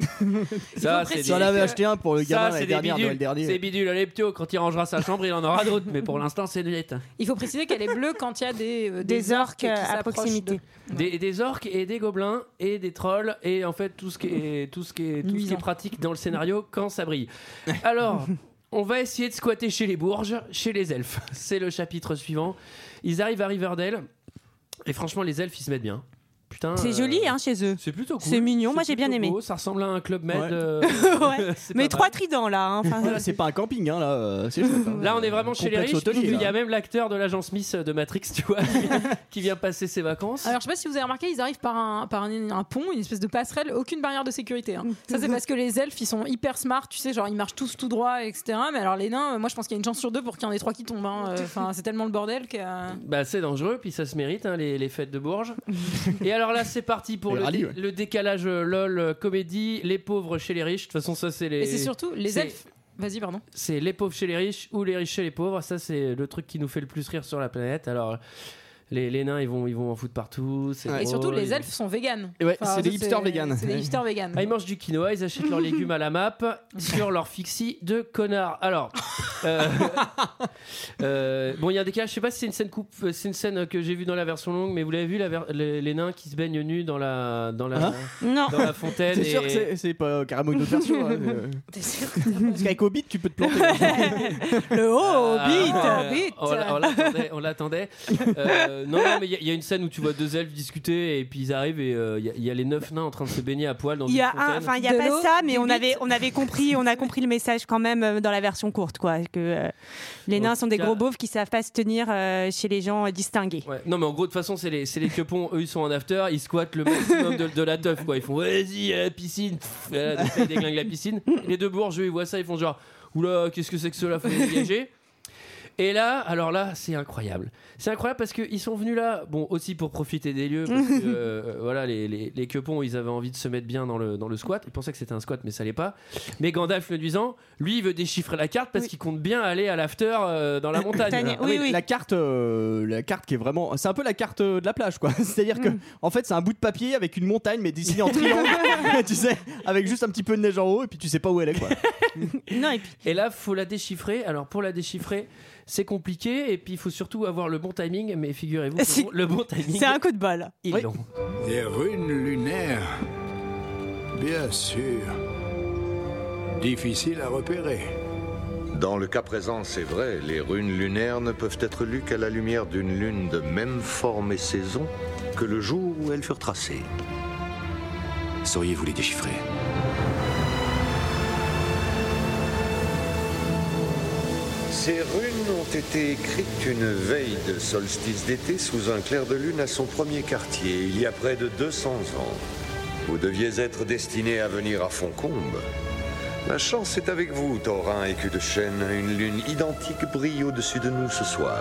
S1: Ça,
S11: préciser
S1: c'est
S11: J'en
S7: J'en
S1: des-
S11: avais
S7: avais acheté un pour le
S1: Ça,
S7: gamin
S1: c'est
S7: l'année
S1: des
S7: dernière,
S1: bidules.
S7: Noël dernier.
S1: C'est bidule. Allez, Ptio, quand il rangera sa chambre, il en aura d'autres. Mais pour l'instant, c'est net.
S11: Il faut préciser qu'elle est bleue quand il y a des, euh,
S6: Des orques
S11: qui
S6: à
S11: s'approchent
S6: proximité.
S11: d'eux.
S1: Des, des orques et des gobelins et des trolls et en fait tout ce qui est tout ce qui est tout ce qui est
S11: Nuisant.
S1: pratique dans le scénario quand ça brille. Alors on va essayer de squatter chez les bourges, chez les elfes. C'est le chapitre suivant. Ils arrivent à Riverdale et franchement les elfes ils se mettent bien. Putain.
S6: C'est
S1: euh,
S6: joli hein, chez eux.
S1: C'est plutôt cool.
S6: C'est mignon, moi,
S1: C'est
S6: j'ai bien
S1: plutôt
S6: aimé.
S1: beau, ça ressemble à un club med.
S7: Ouais.
S1: euh,
S6: Ouais.
S1: c'est pas
S6: Mais
S1: mal.
S6: trois tridents là. hein. Enfin,
S7: Voilà, c'est pas un camping hein là. euh, c'est chouette, hein.
S1: Là, on est vraiment chez les
S7: Complexe
S1: riches.
S7: hôtelier,
S1: Il y
S7: là.
S6: hein.
S1: a même l'acteur de l'agent Smith de Matrix, tu vois, qui- qui vient passer ses vacances.
S11: Alors, je sais pas si vous avez remarqué, ils arrivent par un, par un, un pont, une espèce de passerelle, aucune barrière de sécurité. hein. Ça, c'est parce que les elfes, ils sont hyper smart, tu sais, genre ils marchent tous tout droit, etc. Mais alors, les nains, euh, moi je pense qu'il y a une chance sur deux pour qu'il y en ait trois qui tombent. hein. Euh, Enfin, c'est tellement le bordel que. euh,
S1: Bah c'est dangereux, puis ça se mérite, hein, les, les fêtes de Bourges. Et alors là, c'est parti pour
S7: Les
S1: le,
S7: rallyes,
S1: dé-
S7: ouais.
S1: le décalage euh, lol euh, comédie, les pauvres chez les riches. De toute façon, ça c'est
S11: Et,
S1: les,
S11: c'est surtout les
S1: c'est-
S11: elfes. Vas-y, pardon.
S1: c'est les pauvres chez les riches ou les riches chez les pauvres. Ça c'est le truc qui nous fait le plus rire sur la planète. Alors les, les nains, ils vont ils vont en foutre partout. c'est
S11: Et
S1: drôle,
S11: surtout, les
S1: ils-
S11: elfes sont véganes.
S7: Ah, oh, Et ouais,
S11: Enfin,
S7: c'est des
S11: ça,
S7: hipsters véganes.
S11: C'est des hipsters véganes.
S1: Ah, ils mangent du quinoa, ils achètent leurs légumes à la map sur leur fixie de connard. Alors, euh, euh, bon, il y a un décalage. Je sais pas si c'est une scène coupe, euh, c'est une scène que j'ai vue dans la version longue, mais vous l'avez vu la ver- les, les nains qui se baignent nus dans la dans la
S7: Hein
S6: Non.
S1: dans la fontaine.
S7: C'est sûr
S1: et-
S7: que c'est- c'est pas euh, carrément une autre version. hein, mais, euh,
S11: T'es sûr
S7: Parce qu'avec Hobbit, tu peux te planter.
S6: Le
S7: Oh,
S6: Hobbit.
S1: Ah,
S11: Hobbit.
S1: on l'a- on l'attendait, on l'attendait. Euh, non, non, mais il y, a- il y a une scène où tu vois deux elfes discuter et puis ils arrivent et euh, il y, a- il y a les neuf nains en train de se baigner à poil dans
S6: Il y
S1: une
S6: a un,
S1: fontaine.
S6: enfin il y a
S11: De
S6: pas
S11: l'eau,
S6: ça, mais
S11: des
S6: on
S11: bites.
S6: avait on avait compris, on a compris le message quand même euh, dans la version courte quoi, que euh, les nains
S1: En
S6: sont des
S1: tout
S6: gros
S1: cas-
S6: beaufs qui savent pas se tenir euh, chez les gens euh, distingués.
S1: Ouais. Non mais en gros de toute façon c'est les c'est les quepons eux ils sont en after ils squattent le maximum de, de la teuf quoi ils font vas-y à la piscine Pff, voilà, donc, ils déglinguent la piscine Et les deux bourgeois ils voient ça ils font genre oula qu'est-ce que c'est que cela faut les dégager et là alors là c'est incroyable c'est incroyable parce qu'ils sont venus là bon aussi pour profiter des lieux parce que, euh, voilà les, les, les quepons ils avaient envie de se mettre bien dans le dans le squat ils pensaient que c'était un squat mais ça l'est pas mais Gandalf le nuisant lui il veut déchiffrer la carte parce qu'il compte bien aller à l'after euh, dans la montagne
S6: Montagne. Oui, oui.
S7: La carte, euh, la carte qui est vraiment, c'est un peu la carte euh, de la plage, quoi. C'est-à-dire que,
S1: Mm.
S7: en fait, c'est un bout de papier avec une montagne, mais dessinée en triangle, tu sais, avec juste un petit peu de neige en haut, et puis tu sais pas où elle est, quoi.
S6: Non et puis
S1: Et là, faut la déchiffrer. Alors, pour la déchiffrer, c'est compliqué. Et puis, il faut surtout avoir le bon timing. Mais figurez-vous, que
S6: Si.
S1: bon- le bon timing,
S6: c'est un coup de bol.
S1: ils
S7: Oui.
S1: l'ont.
S4: Des runes lunaires Bien sûr. difficile à repérer.
S12: Dans le cas présent, c'est vrai, les runes lunaires ne peuvent être lues qu'à la lumière d'une lune de même forme et saison que le jour où elles furent tracées.
S2: Sauriez-vous les déchiffrer
S12: Ces runes ont été écrites une veille de solstice d'été sous un clair de lune à son premier quartier, il y a près de 200 ans. Vous deviez être destiné à venir à Foncombe. La chance est avec vous, Taurin et Cul de Chêne. Une lune identique brille au-dessus de nous ce soir.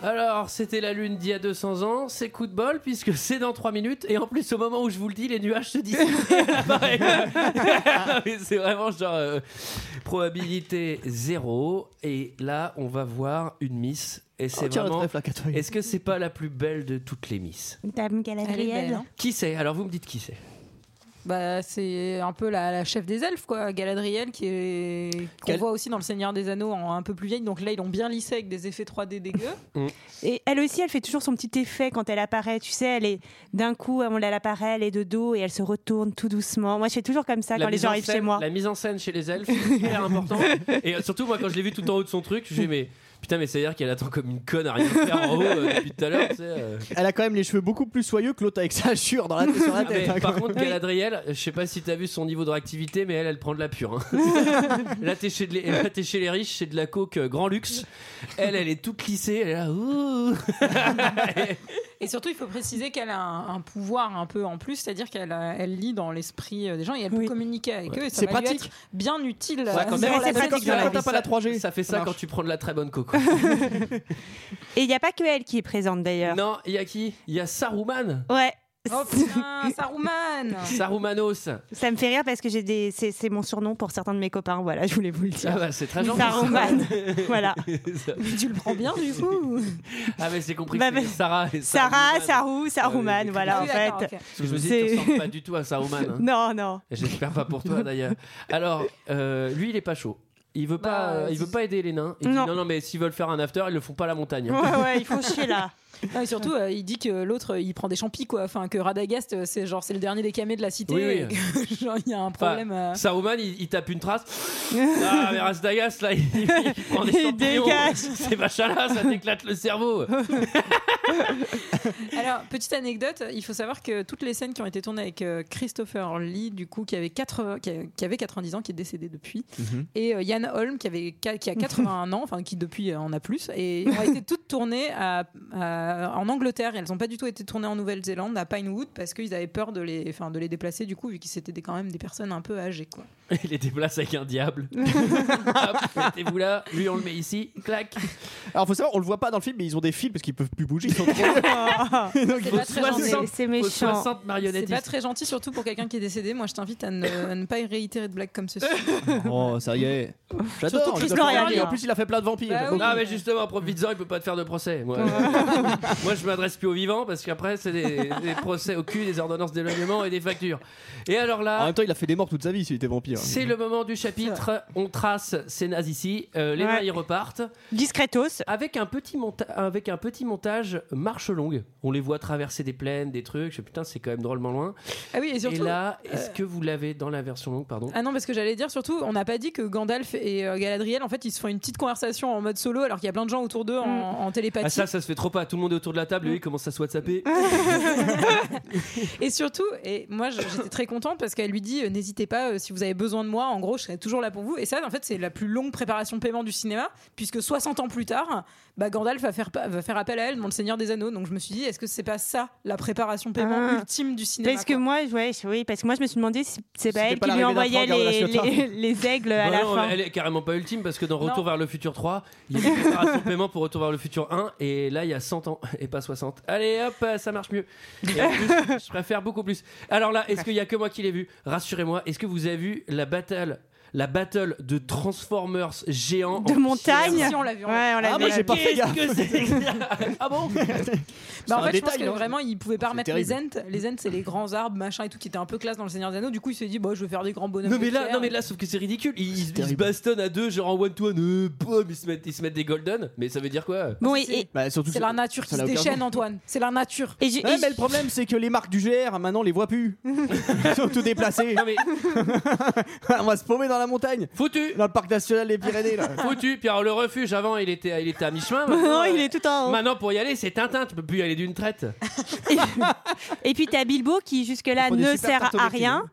S1: Alors, c'était la lune d'il y a 200 ans, c'est coup de bol puisque c'est dans 3 minutes et en plus au moment où je vous le dis, les nuages se dissipent. Pareil. Non, mais c'est vraiment genre euh, probabilité zéro et là, on va voir une miss et c'est
S7: Oh, tiens, le
S1: vraiment
S7: trèfle à quatre feuilles.
S1: Est-ce que c'est pas la plus belle de toutes les miss
S6: Dame Galadriel.
S1: Qui c'est Alors vous me dites qui c'est
S11: Bah, c'est un peu la, la chef des elfes, quoi, Galadriel, qui est qu'on
S1: Gal-
S11: voit aussi dans Le Seigneur des Anneaux en un peu plus vieille. Donc là, ils l'ont bien lissé avec des effets 3D dégueux.
S6: Et elle aussi, elle fait toujours son petit effet quand elle apparaît. Tu sais, elle est d'un coup, on la apparaît, elle est de dos et elle se retourne tout doucement. Moi, je fais toujours comme ça
S1: La
S6: quand les
S1: mise
S6: gens
S1: en
S6: arrivent
S1: scène-
S6: chez moi.
S1: La mise en scène chez les elfes, c'est hyper important. Et euh, surtout, moi, quand je l'ai vu tout en haut de son truc, j'ai dit, mais putain, mais c'est-à-dire qu'elle attend comme une conne à rien faire en haut euh, depuis tout à l'heure, tu sais, euh.
S7: Elle a quand même les cheveux beaucoup plus soyeux que l'autre avec sa chure dans la tête. sur la
S1: Ah,
S7: tête,
S1: mais
S7: hein,
S1: par
S7: quand
S1: contre,
S7: même.
S1: Galadriel, je sais pas si t'as vu son niveau de réactivité, mais elle, elle prend de la pure. hein. là, t'es chez, de les- là, t'es chez les riches, c'est de la coke euh, grand luxe. Elle, elle est toute lissée, elle est là. ouh.
S11: Et surtout, il faut préciser qu'elle a un, un pouvoir un peu en plus, c'est-à-dire qu'elle euh, elle lit dans l'esprit euh, des gens et elle peut communiquer avec eux. et ça
S7: C'est
S11: va lui
S7: pratique.
S11: être bien utile. euh,
S7: Ouais, quand même, c'est pratique dans la vie.
S1: Ça- Ça fait ça
S7: marche.
S1: quand tu prends de la très bonne coco.
S6: Et il n'y a pas que elle qui est présente d'ailleurs.
S1: non, il y a qui Il y a Saruman.
S6: Ouais.
S11: Oh putain, Saruman
S1: Sarumanos. Ah
S6: Ça me fait rire parce que j'ai des, c'est, c'est mon surnom pour certains de mes copains. Voilà, je voulais vous le dire.
S1: Ah bah, c'est très gentil.
S6: Saruman. voilà.
S1: Ça-
S6: tu le prends bien du coup.
S1: Ah mais c'est compris
S6: Bah,
S1: que c'est
S6: bah,
S1: Sarah et
S6: Sarah,
S1: Saruman.
S6: Sarou, Saruman.
S1: oui,
S6: voilà, en
S11: oui, d'accord,
S6: fait.
S11: ok.
S1: Parce que je me dis, tu
S6: C'est-
S1: ressembles pas du tout à Saruman. hein.
S6: Non, non.
S1: Et J'espère pas pour toi d'ailleurs. Alors, euh, lui, il est pas chaud. Il veut pas,
S11: Bah,
S1: euh, il veut pas aider les nains. Il dit, non.
S6: Non.
S1: non, mais s'ils veulent faire un after, ils le font pas à la montagne. hein.
S6: Ouais, ouais, ils font chier là.
S11: Non, et surtout, euh, il dit que l'autre, euh, il prend des champis, quoi. Enfin, que Radagast, euh, c'est genre, c'est le dernier des camés de la cité.
S1: Oui, oui.
S11: et que, genre, il y a un problème. euh.
S1: Saruman, il, il tape une trace. Ah, mais Rasdagas, là, il, il prend des
S6: Il
S1: champignons.
S6: dégage.
S1: Ces machins-là, ça t'éclate le cerveau.
S11: Alors, petite anecdote, il faut savoir que toutes les scènes qui ont été tournées avec euh, Christopher Lee, du coup, qui avait, 80 qui a- qui avait 90 ans, qui est décédé depuis, et euh, Yann Holm, qui, avait, qua- qui a 81 ans, enfin, qui depuis euh, en a plus, et ont été toutes tournées à- à- en Angleterre. Elles n'ont pas du tout été tournées en Nouvelle-Zélande, à Pinewood, parce qu'ils avaient peur de les, enfin, de les déplacer, du coup, vu qu'ils c'était des- quand même des personnes un peu âgées, quoi.
S1: Il était place avec un diable. Hop, mettez-vous là. Lui, on le met ici. Clac.
S7: Alors faut savoir, on le voit pas dans le film, mais ils ont des fils parce qu'ils peuvent plus bouger. Ils sont trop...
S6: Ah,
S7: Donc,
S11: C'est
S7: ils-
S11: pas très
S1: soixante-
S11: gentil.
S6: c'est, c'est
S1: Faut
S6: méchant.
S1: 60
S11: C'est
S1: marionnettes.
S11: pas très gentil, surtout pour quelqu'un qui est décédé. Moi, je t'invite à ne, à ne pas y réitérer de blagues comme ceci.
S7: Oh, ça y est. J'adore.
S6: Chris
S7: Christopher
S6: Nolan.
S7: Lee, En plus, il a fait plein de vampires.
S11: hein. Bah oui.
S1: Non, mais justement, profites-en, il peut pas te faire de procès. Moi, moi je m'adresse plus aux vivants parce qu'après, c'est des, des procès au cul, des ordonnances d'éloignement et des factures. Et alors
S7: En
S1: là.
S7: même temps, il a fait des morts toute sa vie s'il était vampire.
S1: C'est le moment du chapitre. On trace ces nazes ici. Euh, les
S6: Ouais.
S1: nains, ils repartent.
S6: Discretos.
S1: Avec un, petit monta- avec un petit montage marche longue. On les voit traverser des plaines, des trucs. Je fais, putain, c'est quand même drôlement loin.
S11: Ah oui, et
S1: Et
S11: surtout.
S1: là, est-ce que vous l'avez dans la version longue Pardon.
S11: Ah non, parce que j'allais dire surtout, on n'a pas dit que Gandalf et euh, Galadriel, en fait, ils se font une petite conversation en mode solo, alors qu'il y a plein de gens autour d'eux en,
S6: Mm.
S11: en télépathie.
S1: Ah, ça, ça se fait trop pas. Tout le monde est autour de la table. Lui, il commence à se whatsapper.
S11: Et surtout, et moi, je- j'étais très contente parce qu'elle lui dit, euh, n'hésitez pas, euh, si vous avez besoin de moi, en gros, je serai toujours là pour vous. Et ça, en fait, c'est la plus longue préparation de paiement du cinéma, puisque 60 ans plus tard, bah, Gandalf va faire, pa- va faire appel à elle dans Le Seigneur des Anneaux. Donc je me suis dit, est-ce que c'est pas ça la préparation de paiement
S6: Ah.
S11: ultime du cinéma
S6: Parce que
S11: quoi
S6: moi, ouais, je- oui, parce que moi, je me suis demandé si c'est pas
S7: C'était
S6: elle
S7: pas
S6: qui lui
S7: l'arrivée d'un
S6: envoyait
S7: frangin
S6: les,
S7: dans la
S6: les, les aigles Euh, à
S1: Bah
S6: la
S1: non,
S6: fin.
S1: Elle est carrément pas ultime parce que dans Retour
S11: Non.
S1: vers le futur 3, il y a une préparation de paiement pour Retour vers le futur 1 et là il y a 100 ans et pas 60. Allez hop, euh, ça marche mieux. Et en plus, je préfère beaucoup plus. Alors là, est-ce qu'il y a que moi qui l'ai vu Rassurez-moi, est-ce que vous avez vu la battle la battle de Transformers géants
S6: De
S1: en
S6: montagne
S1: pierre.
S6: Si, on l'a vu, on l'a vu. Ouais, on l'a Ah, vu, moi, on l'a j'ai vu. pas fait
S1: Qu'est-ce que c'est Ah bon
S11: Bah, en
S1: un
S11: fait, je
S1: détail,
S7: hein.
S11: pense que
S1: non
S11: vraiment, ils pouvaient pas remettre les
S1: terrible.
S11: Ents. Les Ents, c'est les grands arbres, machin et tout, qui étaient un peu classe dans le Seigneur des Anneaux. Du coup, il s'est dit, bah, je vais faire des grands bonhommes.
S1: Non mais
S11: de
S1: là,
S11: pierre.
S1: non mais là, sauf que c'est ridicule. Ils, ils- ils se bastonnent à deux, genre en one to one, ils se mettent, ils se mettent des golden. Mais ça veut dire quoi
S11: Bon, et- et-
S7: Bah, surtout
S11: C'est
S7: que ça-
S11: la nature
S7: ça
S11: qui
S7: n'a
S11: se
S7: aucun
S11: déchaîne, hein.
S7: sens.
S11: Antoine. C'est la nature.
S7: Ouais, mais le problème, c'est que les marques du GR, maintenant, on les voit plus. Ils sont tout déplacés. on va se paumer dans la montagne.
S1: Foutu
S7: Dans le parc national des Pyrénées, là.
S1: Foutu, puis alors le refuge avant il était, il était à mi-chemin.
S6: Non,
S1: maintenant, euh,
S6: il est tout en haut.
S1: Maintenant pour y aller c'est Tintin, tu peux plus y aller d'une traite.
S6: Et puis t'as Bilbo qui jusque-là
S1: Ils font des
S6: ne
S1: super
S6: sert
S1: tartes au
S6: à
S1: Mickey,
S6: rien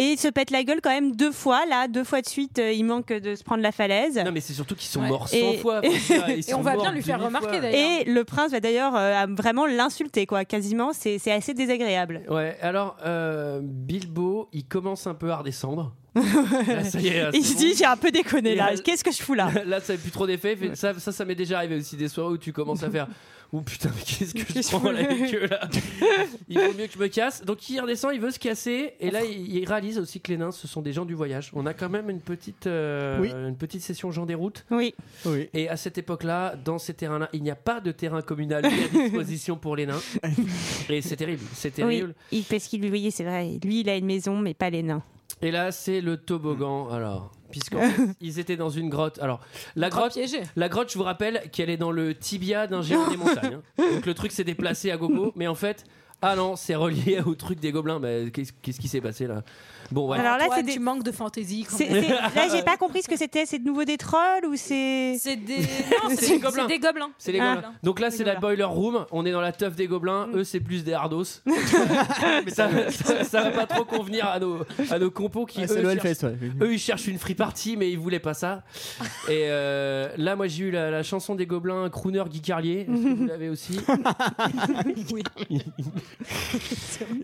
S6: et se pète la gueule quand même deux fois là, deux fois de suite, euh, il manque de se prendre la falaise.
S1: Non mais c'est surtout qu'ils sont morts 100
S6: Et-
S1: fois. faut dire, ils sont morts 1000 fois.
S6: Et le prince va d'ailleurs euh, à vraiment l'insulter quoi, quasiment, c'est c'est assez désagréable.
S1: Ouais, alors euh, Bilbo, il commence un peu à redescendre. Là, ça y est, là,
S6: il
S1: c'est
S6: se
S1: bon.
S6: dit j'ai un peu déconné
S1: Et
S6: là,
S1: là-
S6: qu'est-ce que je fous là
S1: Là, ça n'a plus trop d'effet. Fait- Ça, ça, ça m'est déjà arrivé aussi des soirées où tu commences à faire. Oh putain, mais qu'est-ce que je prends là avec eux là Il vaut mieux que je me casse. Donc il redescend, il veut se casser. Et là, il, il réalise aussi que les nains, ce sont des gens du voyage. On a quand même une petite, euh,
S7: Oui.
S1: une petite session gens des routes.
S6: Oui.
S7: Oui.
S1: Et à cette époque-là, dans ces terrains-là, il n'y a pas de terrain communal mis à disposition pour les nains. Et c'est terrible, c'est terrible.
S6: Oui, il- parce qu'il lui voyait, c'est vrai, lui il a une maison mais pas les nains.
S1: Et là, c'est le toboggan. Alors, puisqu'en fait, ils étaient dans une grotte. Alors, la grotte,
S11: Grotte piégée.
S1: la grotte, je vous rappelle qu'elle est dans le tibia d'un géant des montagnes. hein. Donc le truc s'est déplacé à gogo, mais en fait, ah non, c'est relié au truc des gobelins. Mais qu'est-ce qu'est-ce qui s'est passé là Bon, voilà.
S6: Alors là,
S11: Antoine,
S6: c'est des-
S11: tu manques de fantaisie. quand
S6: C'est-
S11: même.
S6: c'est- Là j'ai pas compris ce que c'était, c'est de nouveau des trolls ou c'est
S11: C'est des
S1: Non, c'est des gobelins.
S11: des gobelins.
S1: C'est les
S6: Ah.
S1: gobelins. Mm. Donc là, c'est la boiler room. On est dans la teuf des gobelins. Eux, c'est plus des hardos. Mais ça, ça, ça va pas trop convenir à nos, à nos compos qui.
S7: Ouais,
S1: eux,
S7: Ah, c'est le
S1: cherchent-
S7: Hellfest, ouais.
S1: Eux, ils cherchent une free party, mais ils voulaient pas ça. Et euh, là, moi, j'ai eu la, la chanson des gobelins, crooner Guy Carlier. Est-ce que vous l'avez aussi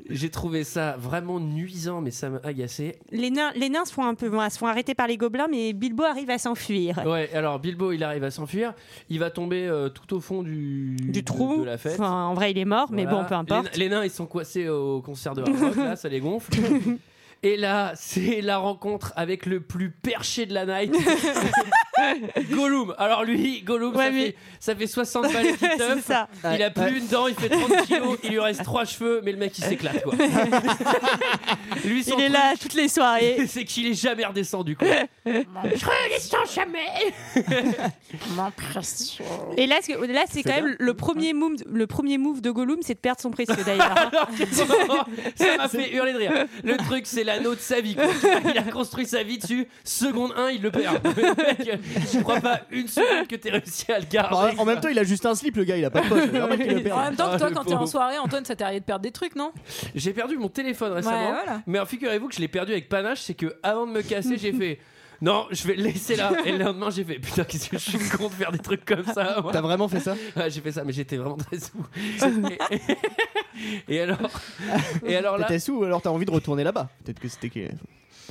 S1: J'ai trouvé ça vraiment nuisant, mais ça m'a agacé.
S6: les nains, les nains se font un peu moins, se font arrêter par les gobelins mais Bilbo arrive à s'enfuir.
S1: Ouais, alors Bilbo, il arrive à s'enfuir. Il va tomber euh, tout au fond du, du
S6: trou.
S1: de, la fête.
S6: Enfin, en vrai, il est mort, mais
S1: Voilà.
S6: bon, peu importe.
S1: Les, les nains, ils sont coincés au concert de hard rock, là, ça les gonfle. Et là, c'est la rencontre avec le plus perché de la night. Gollum. Alors lui, Gollum, ça, fait, ça fait 60 balles qu'il
S6: C'est
S1: teuf.
S6: ça.
S1: Il a plus
S6: Ouais.
S1: une dent, il fait 30 kilos, il lui reste 3 cheveux, mais le mec, il s'éclate, quoi. lui,
S6: Il est là toutes les soirées.
S1: C'est qu'il est jamais redescendu, quoi. jamais
S6: Et là, ce que- là
S1: Fais
S6: c'est quand même le premier, move, le premier move de Gollum, c'est de perdre son précieux d'ailleurs.
S1: Ça m'a fait hurler de rire. Le truc, c'est l'anneau de sa vie. quoi. Il a construit sa vie dessus. Seconde 1, il le perd. Le mec, je crois pas une seconde que t'aies réussi à le garder.
S11: Ah,
S7: Bon, en même temps, il a juste un slip, le gars, il a pas de poche. Normal qu'il le perde.
S11: En même temps, que
S1: Ah,
S11: toi,
S1: le
S11: quand t'es en
S1: pauvre.
S11: soirée, Antoine, ça t'est arrivé de perdre des trucs, non
S1: J'ai perdu mon téléphone récemment.
S11: Ouais, voilà.
S1: Mais alors, figurez-vous que je l'ai perdu avec panache. C'est que avant de me casser, j'ai fait. Non, je vais le laisser là. Et le lendemain, j'ai fait putain, qu'est-ce que je suis con de faire des trucs comme ça. moi.
S7: T'as vraiment fait ça
S1: Ouais, j'ai fait ça, mais j'étais vraiment très sous. Et, et- et alors, et alors là,
S7: T'étais sous ou alors t'as envie de retourner là-bas Peut-être que Ah, c'était. que-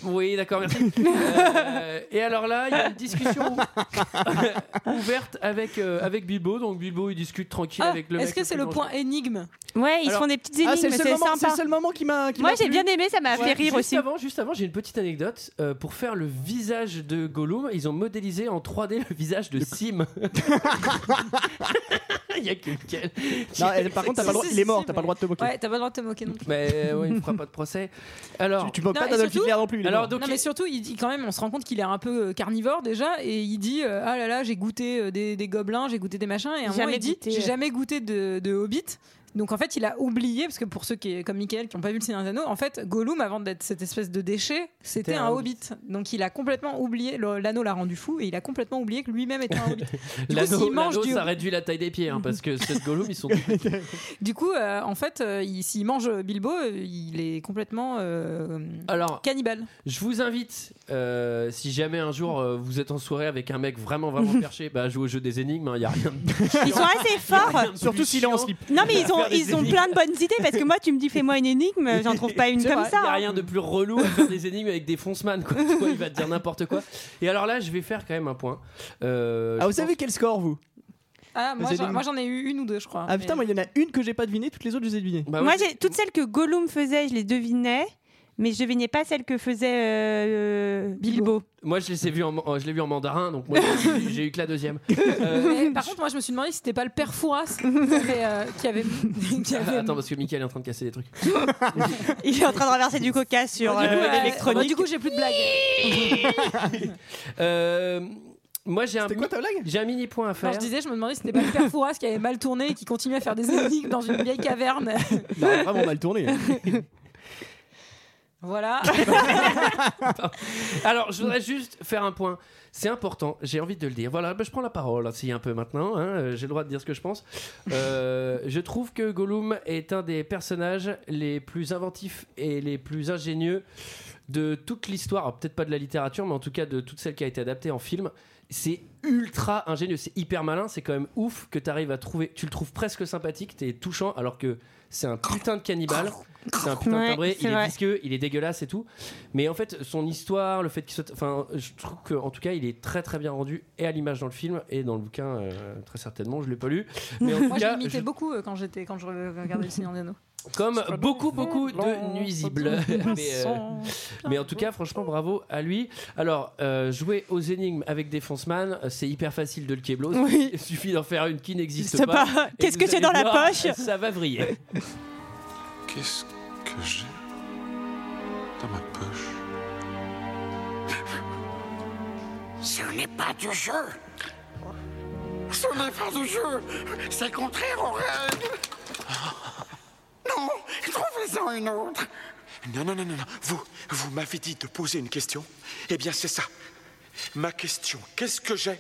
S1: Oui, d'accord, merci. Euh, et alors là, il y a une discussion ouverte avec, euh, avec Bilbo. Donc Bilbo, il discute tranquille
S11: Ah,
S1: avec le mec.
S11: Est-ce que c'est
S1: plus
S11: le
S1: dangereux.
S11: point énigme
S6: Ouais,
S1: Alors-
S6: ils
S1: ah,
S6: se font des petites énigmes, c'est sympa.
S7: qui m'a.
S6: qui Moi, m'a j'ai plu. bien aimé, ça m'a fait rire
S1: juste
S6: aussi.
S1: Avant, juste avant, j'ai une petite anecdote. Euh, pour faire le visage de Gollum, ils ont modélisé en 3D le visage de Sim. il y a que lequel.
S7: Non, eh, par contre, t'as pas le droit- il est mort, t'as pas le droit de te moquer.
S11: Ouais, t'as pas le droit de te moquer non plus.
S1: Mais euh, ouais, il ne fera pas de procès. Alors,
S7: Tu- tu moques Non, pas et d'Adolf surtout- Hitler non plus, il est
S1: Alors,
S7: mort.
S1: donc,
S11: non mais surtout, il dit quand même, on se rend compte qu'il est un peu euh, carnivore déjà, et il dit euh, ah là là, j'ai goûté euh, des, des gobelins, j'ai goûté des machins, et à un
S6: Jamais
S11: moment il dit
S6: goûté,
S11: j'ai
S6: euh.
S11: jamais goûté de, de hobbit. Donc en fait, il a oublié parce que pour ceux qui comme Michael qui n'ont pas vu le Seigneur des Anneaux, en fait, Gollum avant d'être cette espèce de déchet, c'était un, hobbit. Donc il a complètement oublié le- l'anneau l'a rendu fou et il a complètement oublié que lui-même était un hobbit. Du coup,
S1: l'anneau,
S11: s'il mange
S1: l'anneau,
S11: du-
S1: ça réduit la taille des pieds, hein, parce que ceux de Gollum, ils sont
S11: Du coup, euh, en fait, euh, il- s'il mange Bilbo, euh, il est complètement euh,
S1: Alors,
S11: cannibale.
S1: Je vous invite, euh, si jamais un jour euh, vous êtes en soirée avec un mec vraiment vraiment perché, bah jouez au jeu des énigmes, il y a rien de
S6: Ils sont assez forts.
S1: Surtout s'il est en slip.
S6: Non, mais ils ont, ils ont plein de bonnes idées parce que moi, tu me dis fais-moi une énigme, j'en trouve pas une
S1: C'est
S6: comme
S1: vrai, Il n'y a
S6: ça. hein.
S1: rien de plus relou à faire des énigmes avec des fonceman, quoi. Tu vois, il va te dire n'importe quoi. Et alors là, je vais faire quand même un point. Euh,
S7: Ah, vous
S1: je pense-
S7: savez quel score vous
S11: Ah, moi
S7: Les
S11: j'en-
S7: énigmes.
S11: moi, j'en ai eu une ou deux, je crois.
S7: Ah
S11: Mais-
S7: putain, moi, il y en a une que j'ai pas devinée, toutes les autres, je les ai devinées.
S1: Bah,
S6: Moi, j'ai toutes celles que Gollum faisait, je les devinais. mais je devinais pas celle que faisait euh, Bilbo.
S1: Moi, je les ai vus en, euh, je l'ai vu en mandarin, donc moi, j'ai- j'ai eu que la deuxième. Euh,
S11: Mais par contre, moi, je me suis demandé si c'était pas le père Fouras qui avait. euh, qui avait- qui avait-
S1: Attends, parce que Michael est en train de casser des trucs.
S6: Il est en train de renverser du coca sur
S11: Du coup,
S6: euh,
S11: euh,
S6: l'électronique.
S11: du coup, j'ai plus de blagues.
S1: Euh, moi, j'ai un, j'ai un mini point à
S11: Quand
S1: faire.
S11: je disais, je me demandais si c'était pas le père Fouras qui avait mal tourné et qui continuait à faire des énigmes dans une vieille caverne.
S7: Il a Bah, vraiment mal tourné.
S11: Voilà.
S1: Alors, je voudrais juste faire un point. C'est important, j'ai envie de le dire. Voilà, bah, je prends la parole aussi un peu maintenant. hein, euh, J'ai le droit de dire ce que je pense. Euh, je trouve que Gollum est un des personnages les plus inventifs et les plus ingénieux de toute l'histoire. Alors, Peut-être pas de la littérature, mais en tout cas de toute celle qui a été adaptée en film. C'est ultra ingénieux, c'est hyper malin. C'est quand même ouf que tu arrives à trouver. Tu le trouves presque sympathique, t'es touchant, alors que c'est un putain de cannibale. C'est un putain de
S6: Ouais,
S1: timbré,
S6: c'est
S1: il est
S6: vrai.
S1: visqueux, il est dégueulasse et tout. Mais en fait, son histoire, le fait qu'il soit. Enfin, je trouve qu'en tout cas, il est très très bien rendu et à l'image dans le film et dans le bouquin, euh, très certainement. Je l'ai pas lu. Mais en tout
S11: Moi, j'ai
S1: cas,
S11: imité
S1: je-
S11: beaucoup euh, quand j'étais quand je regardais le Seigneur des Anneaux.
S1: comme beaucoup beaucoup de nuisibles. mais, euh, mais en tout cas, franchement, bravo à lui. Alors, euh, jouer aux énigmes avec des fonceman, euh, c'est hyper facile de le keblo.
S6: Oui.
S1: Il suffit d'en faire une qui n'existe
S6: Ça
S1: pas.
S6: va.
S1: et
S6: Qu'est-ce
S1: vous
S6: que j'ai
S1: allez
S6: dans la
S1: voir,
S6: poche
S1: Ça va vriller.
S13: Qu'est-ce que j'ai dans ma poche
S10: Ce n'est pas du jeu. Ce n'est pas du jeu. C'est contraire aux règles. Non, trouvez-en une autre.
S13: Non, non, non, non, non. Vous, vous m'avez dit de poser une question. Eh bien, c'est ça. Ma question, qu'est-ce que j'ai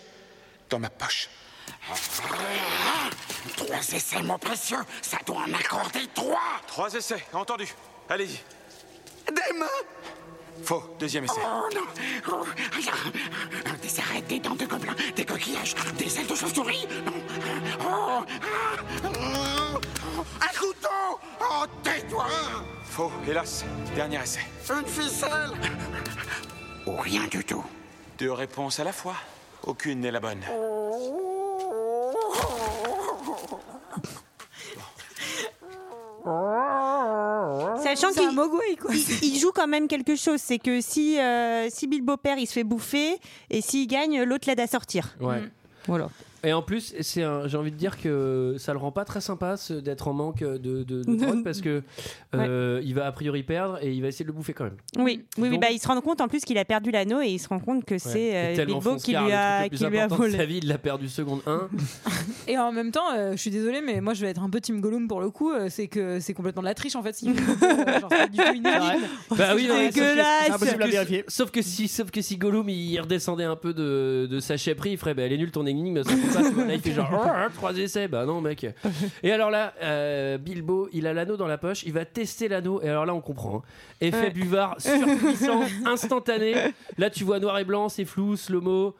S13: dans ma poche
S10: Ah, Trois essais, mon précieux. Ça doit en accorder trois.
S13: Trois essais, entendu. Allez-y.
S10: Des mains.
S13: Faux, deuxième essai.
S10: Oh non. Oh, regarde. Des arêtes, des dents de gobelins, des coquillages, des ailes de chauve-souris. Non. Oh, ah, mm, un couteau. Oh, tais-toi.
S13: Faux, hélas. Dernier essai.
S10: Une ficelle.
S13: Ou rien du tout. Deux réponses à la fois. Aucune n'est la bonne.
S6: Sachant qu'il il- il joue quand même quelque chose, c'est que si, euh, si Bilbo perd, il se fait bouffer, et s'il gagne, l'autre l'aide à sortir.
S1: Ouais.
S6: Voilà.
S1: Et en plus, c'est un- j'ai envie de dire que ça le rend pas très sympa ce- d'être en manque de, de, de drogue parce que euh, il va a priori perdre et il va essayer de le bouffer quand même.
S6: Oui, oui, oui
S1: Donc-
S6: bah, il se rend compte en plus qu'il a perdu l'anneau et il se rend compte que c'est
S1: Ouais.
S6: euh,
S1: Et tellement
S6: Bilbo qui
S1: Fonseca,
S6: lui
S1: le
S6: a,
S1: truc le
S6: qui
S1: plus
S6: lui a
S1: important de
S6: volé.
S1: sa vie, il l'a perdu seconde 1.
S11: Et en même temps, euh, je suis désolée, mais moi je vais être un peu Team Gollum pour le coup. euh, c'est que c'est complètement de la triche en fait. ce qu'il fait. Euh, genre, c'est du coup une énigme.
S1: bah oui, non, mais sauf que-
S6: dégueulasse.
S1: sauf que-
S6: Impossible à vérifier.
S1: Sauf que si, sauf que si Gollum il redescendait un peu de, de sa chèperie, il ferait, bah, elle est nulle ton énigme. c'est pour ça. Là, il fait genre Ah, ah, trois essais, bah non mec. Et alors là, euh, Bilbo, il a l'anneau dans la poche, il va tester l'anneau. Et alors là, on comprend. hein. Effet
S6: Ouais.
S1: buvard surpuissant, instantané. Là, tu vois noir et blanc, c'est flou, le mot.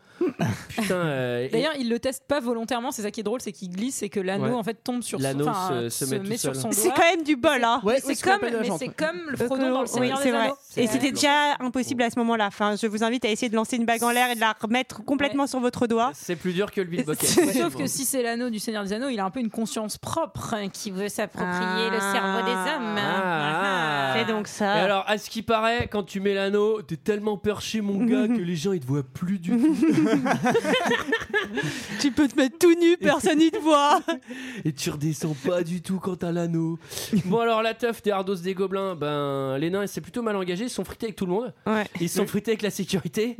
S1: Putain. euh, et-
S11: D'ailleurs, il le teste pas volontairement. C'est ça qui est drôle, c'est qu'il glisse et que l'anneau
S1: Ouais.
S11: en fait tombe sur
S1: L'anneau
S11: enfin,
S1: se- se met tout
S11: sur
S1: seul.
S11: son doigt.
S6: C'est quand même du bol, hein.
S11: Ouais, Mais c'est c'est ce qu'on comme- appelle la mais jante. c'est comme le Frodon dans le Seigneur
S6: Oui,
S11: des
S6: c'est vrai.
S11: Anneaux.
S6: Et
S11: C'est
S6: c'était
S11: vrai.
S6: déjà impossible à ce moment-là. Enfin, je vous invite à essayer de lancer une bague en l'air et de la remettre complètement sur votre doigt.
S1: C'est plus dur que le Bilbo Cake.
S11: Sauf que si c'est l'anneau du Seigneur des Anneaux, il a un peu une conscience propre hein, qui veut s'approprier le cerveau des hommes.
S1: Ah.
S6: C'est donc ça.
S1: Et alors, à ce qui paraît, quand tu mets l'anneau, t'es tellement perché, mon gars, que les gens ils te voient plus du tout.
S6: tu peux te mettre tout nu, personne n'y te voit.
S1: Et tu redescends pas du tout quand t'as l'anneau. Bon, alors la teuf des hardos des gobelins, ben les nains, c'est plutôt mal engagé. Ils sont frités avec tout le monde.
S6: Ouais.
S1: Ils sont frités avec la sécurité.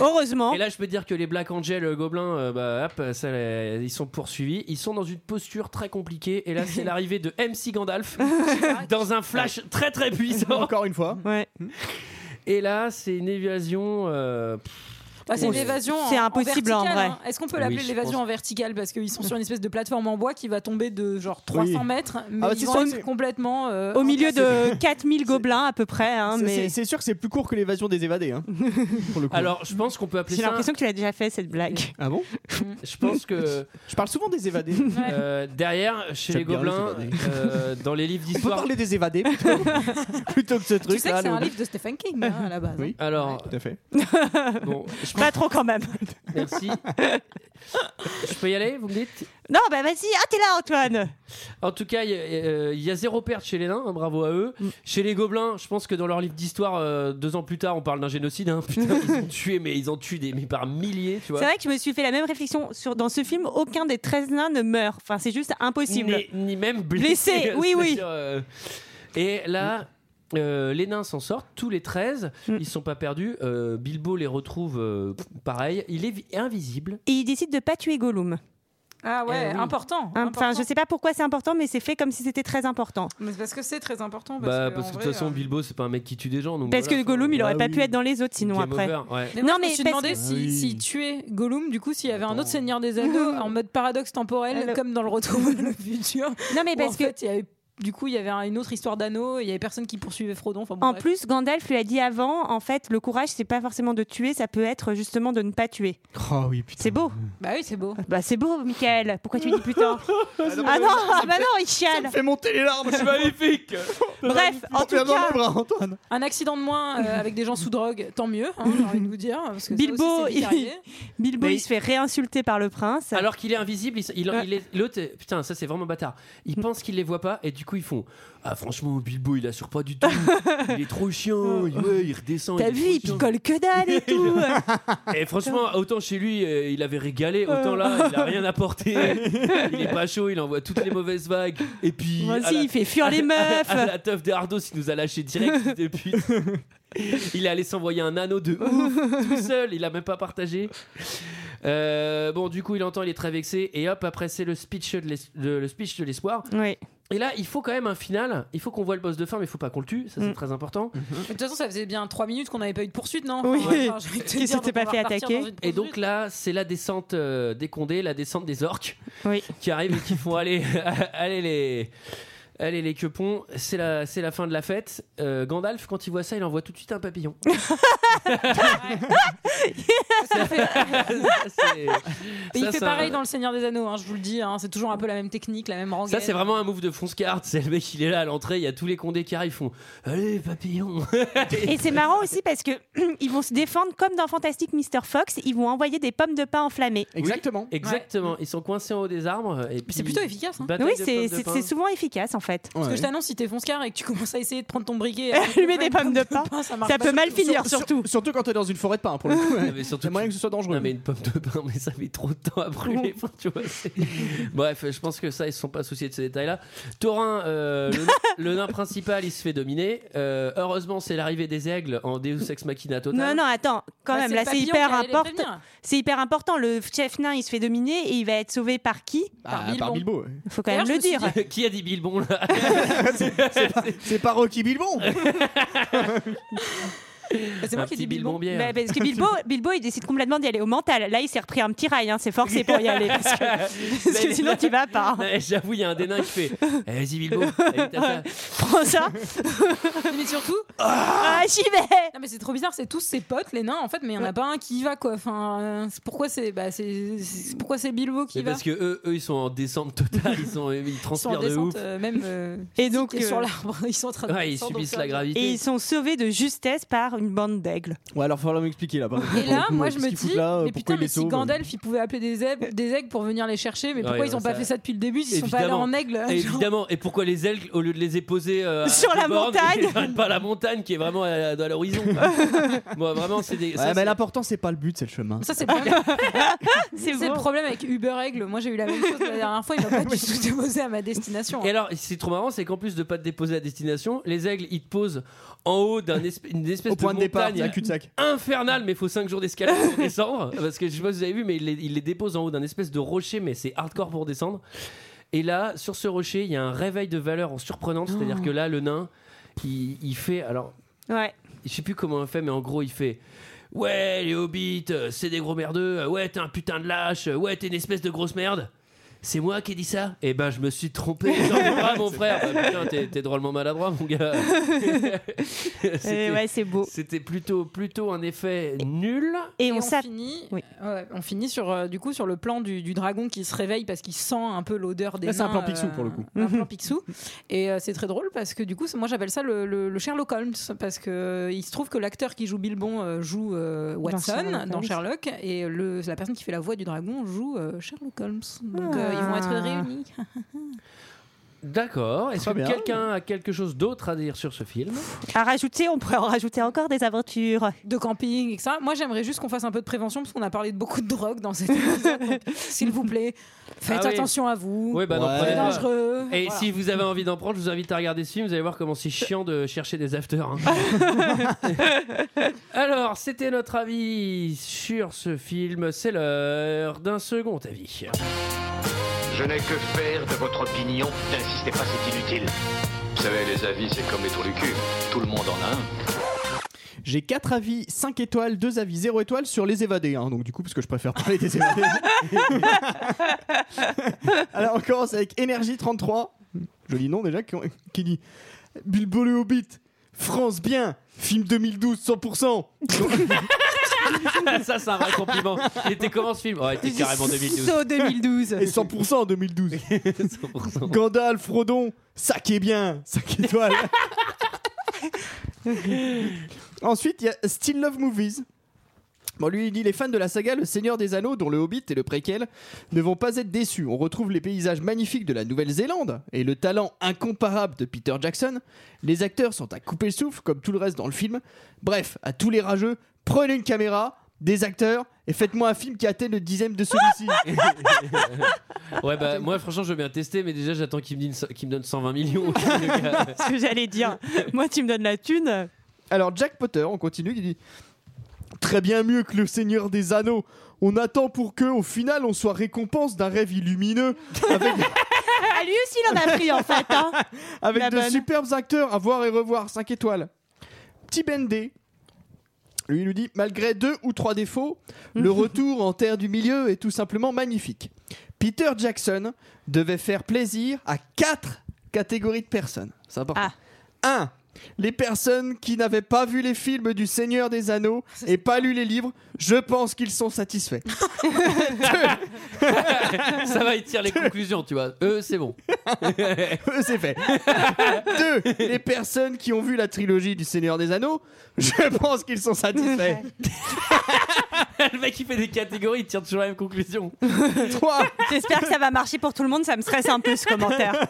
S6: Heureusement.
S1: Et là, je peux dire que les Black Angel euh, gobelins, euh, bah, hop, ça, euh, ils sont poursuivis. Ils sont dans une posture très compliquée. Et là, c'est l'arrivée de MC Gandalf dans un flash très très puissant.
S7: Encore une fois.
S6: Ouais.
S1: Et là, c'est une évasion. euh, pff,
S11: Bah, c'est une
S1: grosse.
S11: évasion. en-
S6: C'est impossible,
S11: en, verticale,
S6: en vrai.
S11: hein. Est-ce qu'on peut
S1: Oui,
S11: l'appeler
S1: je
S11: l'évasion
S1: pense.
S11: en verticale parce qu'ils sont sur une espèce de plateforme en bois qui va tomber de genre 300
S7: Oui.
S11: mètres, mais
S7: Ah bah,
S11: ils
S7: c'est
S11: vont
S7: sûr,
S11: être
S7: c'est-
S11: complètement euh,
S6: Au milieu
S11: entassés.
S6: de 4000 gobelins à peu près. hein,
S7: C'est-
S6: mais
S7: C'est c'est sûr que c'est plus court que l'évasion des évadés. hein, pour le coup.
S1: Alors, je pense qu'on peut appeler
S6: j'ai
S1: ça.
S6: l'impression que tu l'as déjà fait cette blague.
S7: Ah bon
S1: Je pense que
S7: Je parle souvent des évadés.
S1: euh, derrière, chez
S7: J'aime
S1: les
S7: bien les
S1: gobelins,
S7: évadés.
S1: euh, dans les livres
S7: On peut
S1: d'histoire.
S7: parler des évadés plutôt, plutôt que ce truc.
S11: Tu sais
S7: là,
S11: que c'est
S7: le-
S11: un livre de Stephen King hein, à la base.
S7: Oui,
S1: Alors,
S7: tout à fait.
S1: bon, je pense-
S6: Pas trop quand même.
S1: merci. Je peux y aller, vous me dites
S6: Non, bah vas-y, ah t'es là Antoine
S1: En tout cas, il y, a- euh, il y a zéro perte chez les nains, hein, bravo à eux.
S6: Mm.
S1: Chez les gobelins, je pense que dans leur livre d'histoire, euh, deux ans plus tard, on parle d'un génocide. hein. Putain, ils ont tué, mais ils en tuent des, mais par milliers, tu vois.
S6: C'est vrai que je me suis fait la même réflexion. Sur, dans ce film, aucun des 13 nains ne meurt. Enfin, c'est juste impossible.
S1: Ni, ni même
S6: blessé. oui, oui.
S1: C'est-à-dire, euh, et là. euh, les nains s'en sortent, tous les 13,
S6: Mm.
S1: ils sont pas perdus. euh, Bilbo les retrouve euh, pareil, il est vi- invisible.
S6: Et il décide de pas tuer Gollum.
S11: Ah ouais,
S1: Eh oui.
S11: important.
S6: Hein,
S11: important.
S6: Enfin, je sais pas pourquoi c'est important, mais c'est fait comme si c'était très important.
S11: Mais c'est parce que c'est très important. Parce
S1: Bah,
S11: que,
S1: parce
S11: en
S1: que de
S11: vrai, euh,
S1: toute façon, Bilbo c'est pas un mec qui tue des gens. Donc
S6: Parce
S1: voilà,
S6: que Gollum, il
S1: Bah
S6: aurait pas
S1: oui.
S6: pu être dans les autres sinon
S1: Game
S6: après.
S1: over, ouais.
S11: Mais non, mais je
S6: parce
S11: me suis
S6: que-
S11: demandé
S1: Ah
S11: si, si tuer Gollum, du coup, s'il y avait un autre Seigneur des Anneaux en mode paradoxe temporel, comme dans le Retour vers le futur.
S6: Non, mais
S11: où,
S6: parce
S11: en fait, il y avait- du coup, il y avait un- une autre histoire d'anneaux, il y avait personne qui poursuivait Frodon. Enfin, bon,
S6: En
S11: bref.
S6: plus, Gandalf lui a dit avant, en fait, le courage, c'est pas forcément de tuer, ça peut être justement de ne pas tuer.
S7: Oh oui,
S6: C'est beau.
S11: Bah oui, c'est beau.
S6: Bah c'est beau, Michael. Pourquoi tu dis putain Ah non, ah bah non, il chiale. Ça me fait
S7: monter les larmes,
S6: c'est
S11: euh,
S7: magnifique.
S6: Bref, en tout cas,
S11: Un accident de moins euh, avec des gens sous drogue, tant mieux, hein, j'ai envie de vous dire. Parce que ça
S6: Bilbo,
S11: aussi, c'est vite
S6: il,
S11: arrivé.
S6: Bilbo,
S1: Mais-
S6: il se fait réinsulter par le prince.
S1: Alors qu'il est invisible, il, il- il est- l'autre, est- putain, ça c'est vraiment bâtard.
S6: Mm.
S1: Ils pensent qu'ils les voient pas et du coup ils font Ah, franchement, Bilbo il assure pas du tout, il est trop chiant, il, ouais, il redescend. il
S6: T'as
S1: est
S6: vu,
S1: trop
S6: il
S1: chiant.
S6: picole que dalle et tout.
S1: Et franchement, autant chez lui euh, il avait régalé, autant là il a rien apporté, il est pas chaud, il envoie toutes les mauvaises vagues. Et puis.
S6: Vas-y,
S1: à la-
S6: il fait fuir
S1: à
S6: les
S1: la-
S6: meufs.
S1: À Ah, la teuf des Hardos, il nous a lâché direct fils de pute. Il est allé s'envoyer un anneau de ouf tout seul, il a même pas partagé. Euh, bon, du coup, il entend, il est très vexé, et hop, après, c'est le speech de l'es- le, le speech de l'espoir.
S6: Oui.
S1: Et là, il faut quand même un final. Il faut qu'on voit le boss de fin, mais il faut pas qu'on le tue. Ça, c'est
S6: Mm.
S1: très important.
S11: Mais De toute façon, ça faisait bien 3 minutes qu'on n'avait pas eu de poursuite, non
S1: Oui.
S11: j'ai envie de te
S6: Qui
S11: dire,
S6: s'était
S11: donc
S6: pas
S11: on va
S6: fait
S11: repartir
S6: attaquer.
S11: dans une
S1: Et donc là, c'est la descente euh, des Condés, la descente des orques
S6: Oui.
S1: qui arrivent et qui font aller, aller les. Allez les quepons, c'est la, c'est la fin de la fête. Euh, Gandalf, quand il voit ça, il envoie tout de suite un papillon.
S11: Et
S1: Ça,
S11: il fait
S1: c'est
S11: pareil
S1: un-
S11: dans Le Seigneur des Anneaux, hein, je vous le dis, hein, c'est toujours un peu la même technique, la même rengaine.
S1: Ça, c'est vraiment un move de fonce carte. C'est le mec, il est là à l'entrée, il y a tous les condés qui arrivent, ils font Allez, papillon
S6: Et c'est marrant aussi parce que ils vont se défendre comme dans Fantastic Mr Fox. Ils vont envoyer des pommes de pain enflammées.
S1: Exactement. Exactement. Ils sont coincés en haut des arbres. et puis-
S11: C'est plutôt efficace. Hein.
S1: Bataille
S6: oui,
S1: de
S6: c'est
S1: pommes de
S6: c'est-
S1: pin.
S6: c'est souvent efficace en fait.
S11: Parce que je t'annonce, si t'es fonce-car et que tu commences à essayer de prendre ton briquet, euh,
S6: Lui met des pommes de pain.
S11: ça, marche
S6: Ça
S11: pas
S6: peut
S11: du
S6: mal
S11: tout.
S6: finir
S11: Sur-
S6: surtout.
S7: Surtout quand t'es dans une forêt de pin, pour le coup.
S1: Non, mais surtout moyen que ce soit dangereux. mais une pomme de pain, mais ça met trop de temps à brûler. Enfin, tu vois, c'est- Bref, je pense que ça, ils se sont pas souciés de ces détails-là. Taurin, euh, le, le nain principal, il se fait dominer. Euh, heureusement, c'est l'arrivée des aigles en Deus Ex Machina
S6: Non,
S1: total.
S6: non, attends, quand
S11: Bah,
S6: même,
S11: c'est
S6: là
S11: le
S6: c'est
S11: papillon
S6: hyper
S11: qui allait les
S6: important.
S11: prévenir.
S6: C'est hyper important. Le chef nain, il se fait dominer et il va être sauvé par qui
S7: Par Bilbon. Ah, par Bilbo, ouais.
S6: Faut quand même le dire.
S1: Qui a dit Bilbon là
S7: C'est pas Rocky Bilbon
S11: C'est
S1: moi qui ai dit Bilbon. bière.
S6: Bah, parce que Bilbo, Bilbo, il décide complètement d'y aller au mental. Là, il s'est repris un petit rail, hein, c'est forcé pour y aller. Parce que, parce que sinon, tu vas pas. hein.
S1: Ouais, J'avoue, il y a un des nains qui fait Eh, Vas-y, Bilbo, allez, t'as ça.
S6: Prends ça.
S11: mais surtout.
S6: Ah, j'y vais
S11: Non, mais c'est trop bizarre, c'est tous ses potes, les nains, en fait, mais il y en a pas un qui y va, quoi. Enfin, euh, c'est- pourquoi c'est bah, c'est- c'est- pourquoi c'est Bilbo qui
S1: Mais
S11: va
S1: parce que eux, eux, ils sont en descente totale, ils, sont, ils
S11: Ils sont en
S1: transpirent de
S11: descente,
S1: ouf.
S11: euh, même. euh,
S6: Et donc,
S11: physique,
S6: euh,
S11: sur l'arbre, ils sont en train de.
S1: Ouais, ils
S11: descendre,
S1: subissent
S11: donc,
S1: la
S11: euh,
S1: gravité.
S6: Et ils sont sauvés de justesse par une bande d'aigles.
S7: Ouais, alors falloir m'expliquer là.
S11: Et là,
S7: euh,
S11: moi, je me dis, mais putain, mais si Gandalf, il pouvait appeler des aigles, des aigles pour venir les chercher, mais pourquoi
S1: Ouais,
S11: ils ont
S1: ouais,
S11: pas
S1: ça-
S11: fait ça depuis le début Ils sont pas allés en aigle.
S1: Et
S11: genre.
S1: évidemment. Et pourquoi les aigles, au lieu de les époser euh, à
S11: Sur
S1: des
S11: la
S1: bornes,
S11: montagne
S1: ils regardent pas la montagne qui est vraiment euh, dans l'horizon. Moi, vraiment, c'est des.
S7: Ouais,
S1: ça,
S7: mais
S1: c'est-
S7: l'important, c'est pas le but, c'est le chemin.
S11: Ça, c'est le problème.
S6: C'est
S11: le problème avec Uber Aigle. Moi, j'ai eu la même chose la dernière fois. Il m'a pas du tout déposé à ma destination. hein.
S1: Et alors, c'est trop marrant, c'est qu'en plus de pas te déposer à destination, les aigles, ils te posent en haut d'un esp- une espèce
S7: Au point de
S1: de
S7: départ,
S1: montagne
S7: il y a un cul-de-sac.
S1: infernale, mais il faut 5 jours d'escalade pour descendre. Parce que je sais pas si vous avez vu, mais il les, il les dépose en haut d'un espèce de rocher, mais c'est hardcore pour descendre. Et là, sur ce rocher, il y a un réveil de valeur en surprenante, c'est-à-dire que là, le nain, il, il fait. Alors,
S6: Ouais.
S1: je sais plus comment il fait, mais en gros, il fait. Ouais, les hobbits, euh, c'est des gros merdeux. Euh, Ouais, t'es un putain de lâche. Euh, Ouais, t'es une espèce de grosse merde. c'est moi qui ai dit ça Eh ben, je me suis trompé. J'en ai pas, mon frère. Bah, putain, t'es, t'es drôlement maladroit, mon gars. C'était-
S6: Euh, Eh ouais, c'est beau.
S1: C'était plutôt, plutôt un effet nul.
S11: Et, on, finit, ouais, on finit sur, euh, du coup sur le plan du, du dragon qui se réveille parce qu'il sent un peu l'odeur des
S7: Là, c'est un
S11: mains,
S7: plan Picsou
S11: euh,
S7: pour le coup. Mhm.
S11: un plan Picsou. Et euh, c'est très drôle parce que du coup, c'est- moi j'appelle ça le, le- le Sherlock Holmes parce que euh, il se trouve que l'acteur qui joue Bilbon euh, joue euh, Watson dans
S6: Sherlock
S11: Sherlock,
S6: Holmes.
S11: et le, la personne qui fait la voix du dragon joue euh, Sherlock Holmes. Donc euh,
S6: Ah.
S11: ils vont être réunis.
S1: D'accord. Est-ce
S6: Très
S1: que
S6: bien.
S1: quelqu'un a quelque chose d'autre à dire sur ce film
S6: À rajouter, on pourrait en rajouter encore des aventures.
S11: De camping, etc. Moi j'aimerais juste qu'on fasse un peu de prévention parce qu'on a parlé de beaucoup de drogue dans cet épisode. Donc, S'il vous plaît, faites
S1: Ah oui.
S11: attention à vous.
S1: Oui, bah non,
S11: C'est
S1: prenez pas.
S11: dangereux.
S1: Et
S11: Voilà.
S1: si vous avez envie d'en prendre, je vous invite à regarder ce film. Vous allez voir comment c'est chiant de chercher des afters. hein. Alors, c'était notre avis sur ce film. C'est l'heure d'un second avis.
S14: Je n'ai que faire de votre opinion. N'insistez pas, c'est inutile. Vous savez, les avis, c'est comme les trous du cul. Tout le monde en a un.
S7: J'ai 4 avis, 5 étoiles, 2 avis, 0 étoiles sur les évadés. hein. donc du coup, parce que je préfère parler des évadés. Alors on commence avec Énergie 33. Joli nom déjà, qui, qui dit Bilbo le Hobbit, France bien, film 2012 100%.
S1: Ça, c'est un vrai compliment. Il était comment ce film Ouais, il était carrément 2012.
S7: Et 100% en 2012. Gandalf, Frodon, ça qui est bien, 5 étoiles. Ensuite, il y a Still Love Movies. Bon, lui, il dit les fans de la saga Le Seigneur des Anneaux, dont le Hobbit et le préquel, ne vont pas être déçus. On retrouve les paysages magnifiques de la Nouvelle-Zélande et le talent incomparable de Peter Jackson. Les acteurs sont à couper le souffle, comme tout le reste dans le film. Bref, à tous les rageux, prenez une caméra, des acteurs, et faites-moi un film qui atteigne le dixième de celui-ci.
S1: Ouais, bah moi, franchement, je veux bien tester, mais déjà, j'attends qu'il me, dise- qu'il me donne 120 millions.
S6: Ce que j'allais dire. Moi, tu me donnes la thune.
S7: Alors Jack Potter, on continue, qui dit Très bien mieux que le Seigneur des Anneaux. On attend pour que, au final, on soit récompense d'un rêve illumineux avec,
S6: Ah, lui aussi, il en a pris en fait. hein.
S7: avec
S6: La
S7: de
S6: bonne.
S7: superbes acteurs à voir et revoir. 5 étoiles. Petit Bendé. Lui il nous dit malgré deux ou trois défauts, le retour en terre du milieu est tout simplement magnifique. Peter Jackson devait faire plaisir à quatre catégories de personnes. C'est important.
S6: Ah.
S7: 1. Les personnes qui n'avaient pas vu les films du Seigneur des
S6: Ah,
S7: Anneaux et pas lu les livres, je pense qu'ils sont satisfaits.
S1: Ça va, il tire les conclusions, tu vois. Eux, c'est bon.
S7: Eux, c'est fait. Deux, les personnes qui ont vu la trilogie du Seigneur des Anneaux, je pense qu'ils sont satisfaits.
S1: Le mec, il fait des catégories, il tire toujours la même conclusion.
S7: Trois,
S6: J'espère que ça va marcher pour tout le monde. Ça me stresse un peu ce commentaire.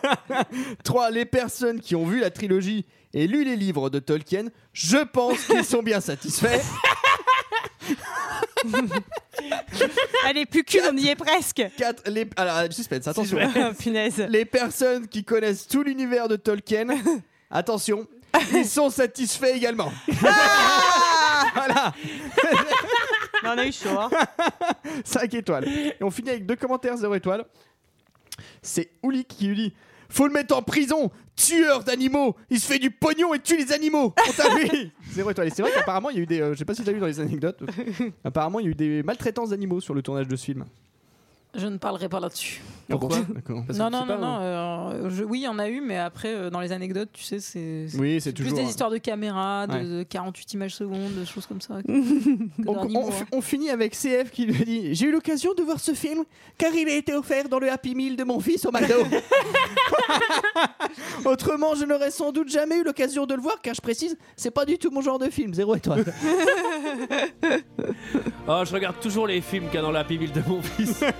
S7: trois, les personnes qui ont vu la trilogie et lu les livres de Tolkien, je pense qu'ils sont bien satisfaits.
S6: Allez, plus qu'une, on y est presque.
S7: Quatre, les... Alors, suspense, attention.
S6: Ah, punaise.
S7: Les personnes qui connaissent tout l'univers de Tolkien, attention, ils sont satisfaits également. voilà.
S6: on a eu chaud. hein.
S7: 5 étoiles. Et on finit avec deux commentaires 0 étoiles. C'est Ouli qui lui dit Faut le mettre en prison, tueur d'animaux Il se fait du pognon et tue les animaux On t'a vu 0 étoiles. Et c'est vrai qu'apparemment, il y a eu des. euh, je sais pas si t'as vu dans les anecdotes. apparemment, il y a eu des maltraitances d'animaux sur le tournage de ce film.
S11: Je ne parlerai pas là-dessus.
S1: Pourquoi
S7: D'accord.
S11: Non, non, non, non.
S7: hein.
S11: euh, je- oui, il y en a eu, mais après, euh, dans les anecdotes, tu sais, c'est.
S7: Oui, c'est
S11: plus
S7: toujours,
S11: des
S7: euh,
S11: histoires de caméra, de,
S7: ouais.
S11: de 48 images secondes, de choses comme ça. Ah que- que
S7: On,
S11: d'un
S7: on-
S11: niveau, hein.
S7: on finit avec CF qui lui dit J'ai eu l'occasion de voir ce film car il a été offert dans le Happy Meal de mon fils au McDo. Autrement, je n'aurais sans doute jamais eu l'occasion de le voir car je précise, c'est pas du tout mon genre de film, zéro étoile.
S1: Oh, je regarde toujours les films qu'il y a dans la Bible de mon fils.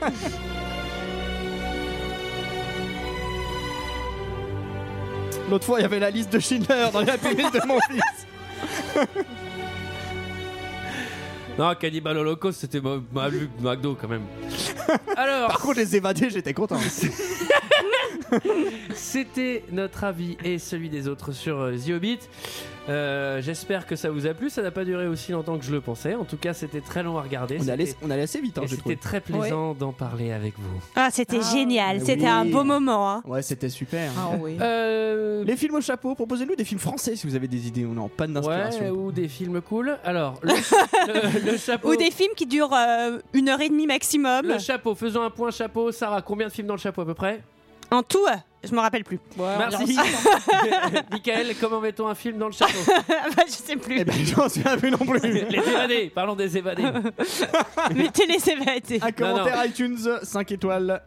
S7: L'autre fois, il y avait la liste de Schindler dans le Happy Meal de mon fils.
S1: non, Cannibal Holocaust, c'était ma, ma lu- McDo quand même. Alors,
S7: Par contre, les évadés, j'étais content.
S1: C'était notre avis et celui des autres sur euh, The Hobbit. Euh, J'espère que ça vous a plu. Ça n'a pas duré aussi longtemps que je le pensais. En tout cas, c'était très long à regarder.
S7: On allait,
S1: C'était-
S7: on allait assez vite, hein,
S1: et
S7: j'ai
S1: C'était
S7: trouvé.
S1: très plaisant d'en parler avec vous.
S6: Ah, c'était génial.
S7: mais
S6: C'était
S7: oui.
S6: un beau moment. hein.
S7: Ouais, c'était super.
S6: Ah oui. Euh,
S7: Les films au chapeau, proposez-nous des films français si vous avez des idées, on est en panne d'inspiration.
S1: Ouais, ou des films cool. Alors, le, le- le chapeau.
S6: Ou des films qui durent euh, une heure et demie maximum.
S1: Le chapeau, faisons un point chapeau. Sarah, combien de films dans le chapeau à peu près
S6: En tout, euh, je me rappelle plus.
S1: Merci. Michael, comment met-on un film dans le chapeau
S6: bah, Je sais plus.
S7: Eh ben, J'en suis un peu non plus.
S1: Les évadés, parlons des évadés.
S6: Mettez les évadés.
S7: Un commentaire iTunes, 5 étoiles.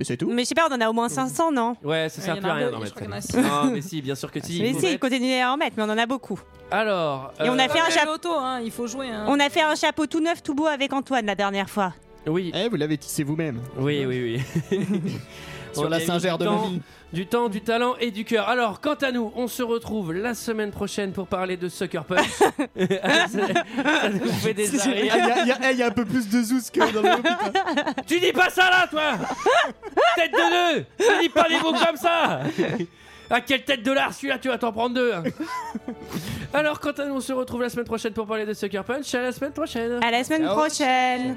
S7: Et c'est tout.
S6: Mais je sais pas, on en a au moins 500, non
S1: Ouais, ça
S6: Ouais,
S1: sert
S6: il y en
S1: plus
S6: a
S1: à rien
S6: deux,
S1: d'en
S6: je
S1: mettre.
S6: crois qu'il y en a six. Ah,
S1: Non, mais si, bien sûr que si.
S6: Mais
S1: vous
S6: si,
S1: faites.
S6: continuez à en mettre, mais on en a beaucoup.
S1: Alors.
S6: Et on a
S1: euh,
S6: fait un chapeau.
S11: il faut jouer. hein.
S6: On a fait un chapeau tout neuf, tout beau avec Antoine la dernière fois.
S1: Oui.
S7: Eh, vous l'avez tissé vous-même.
S1: Oui, oui, oui.
S7: Sur
S1: On
S7: la
S1: y a
S7: singère
S1: mis du
S7: de ma
S1: temps,
S7: vie.
S1: Du temps, du talent et du cœur. Alors, quant à nous, on se retrouve la semaine prochaine pour parler de Sucker Punch. ça, ça nous fait des
S7: Il y, a- il y a- eh, il y a un peu plus de zouz que dans le lobby, hein.
S1: Tu dis pas ça là, toi Tête de nœud Tu dis pas les mots comme ça À quelle tête de l'art celui-là, tu vas t'en prendre deux hein. Alors, quant à nous, on se retrouve la semaine prochaine pour parler de Sucker Punch. À la semaine prochaine
S6: À la semaine
S1: Ciao.
S6: prochaine.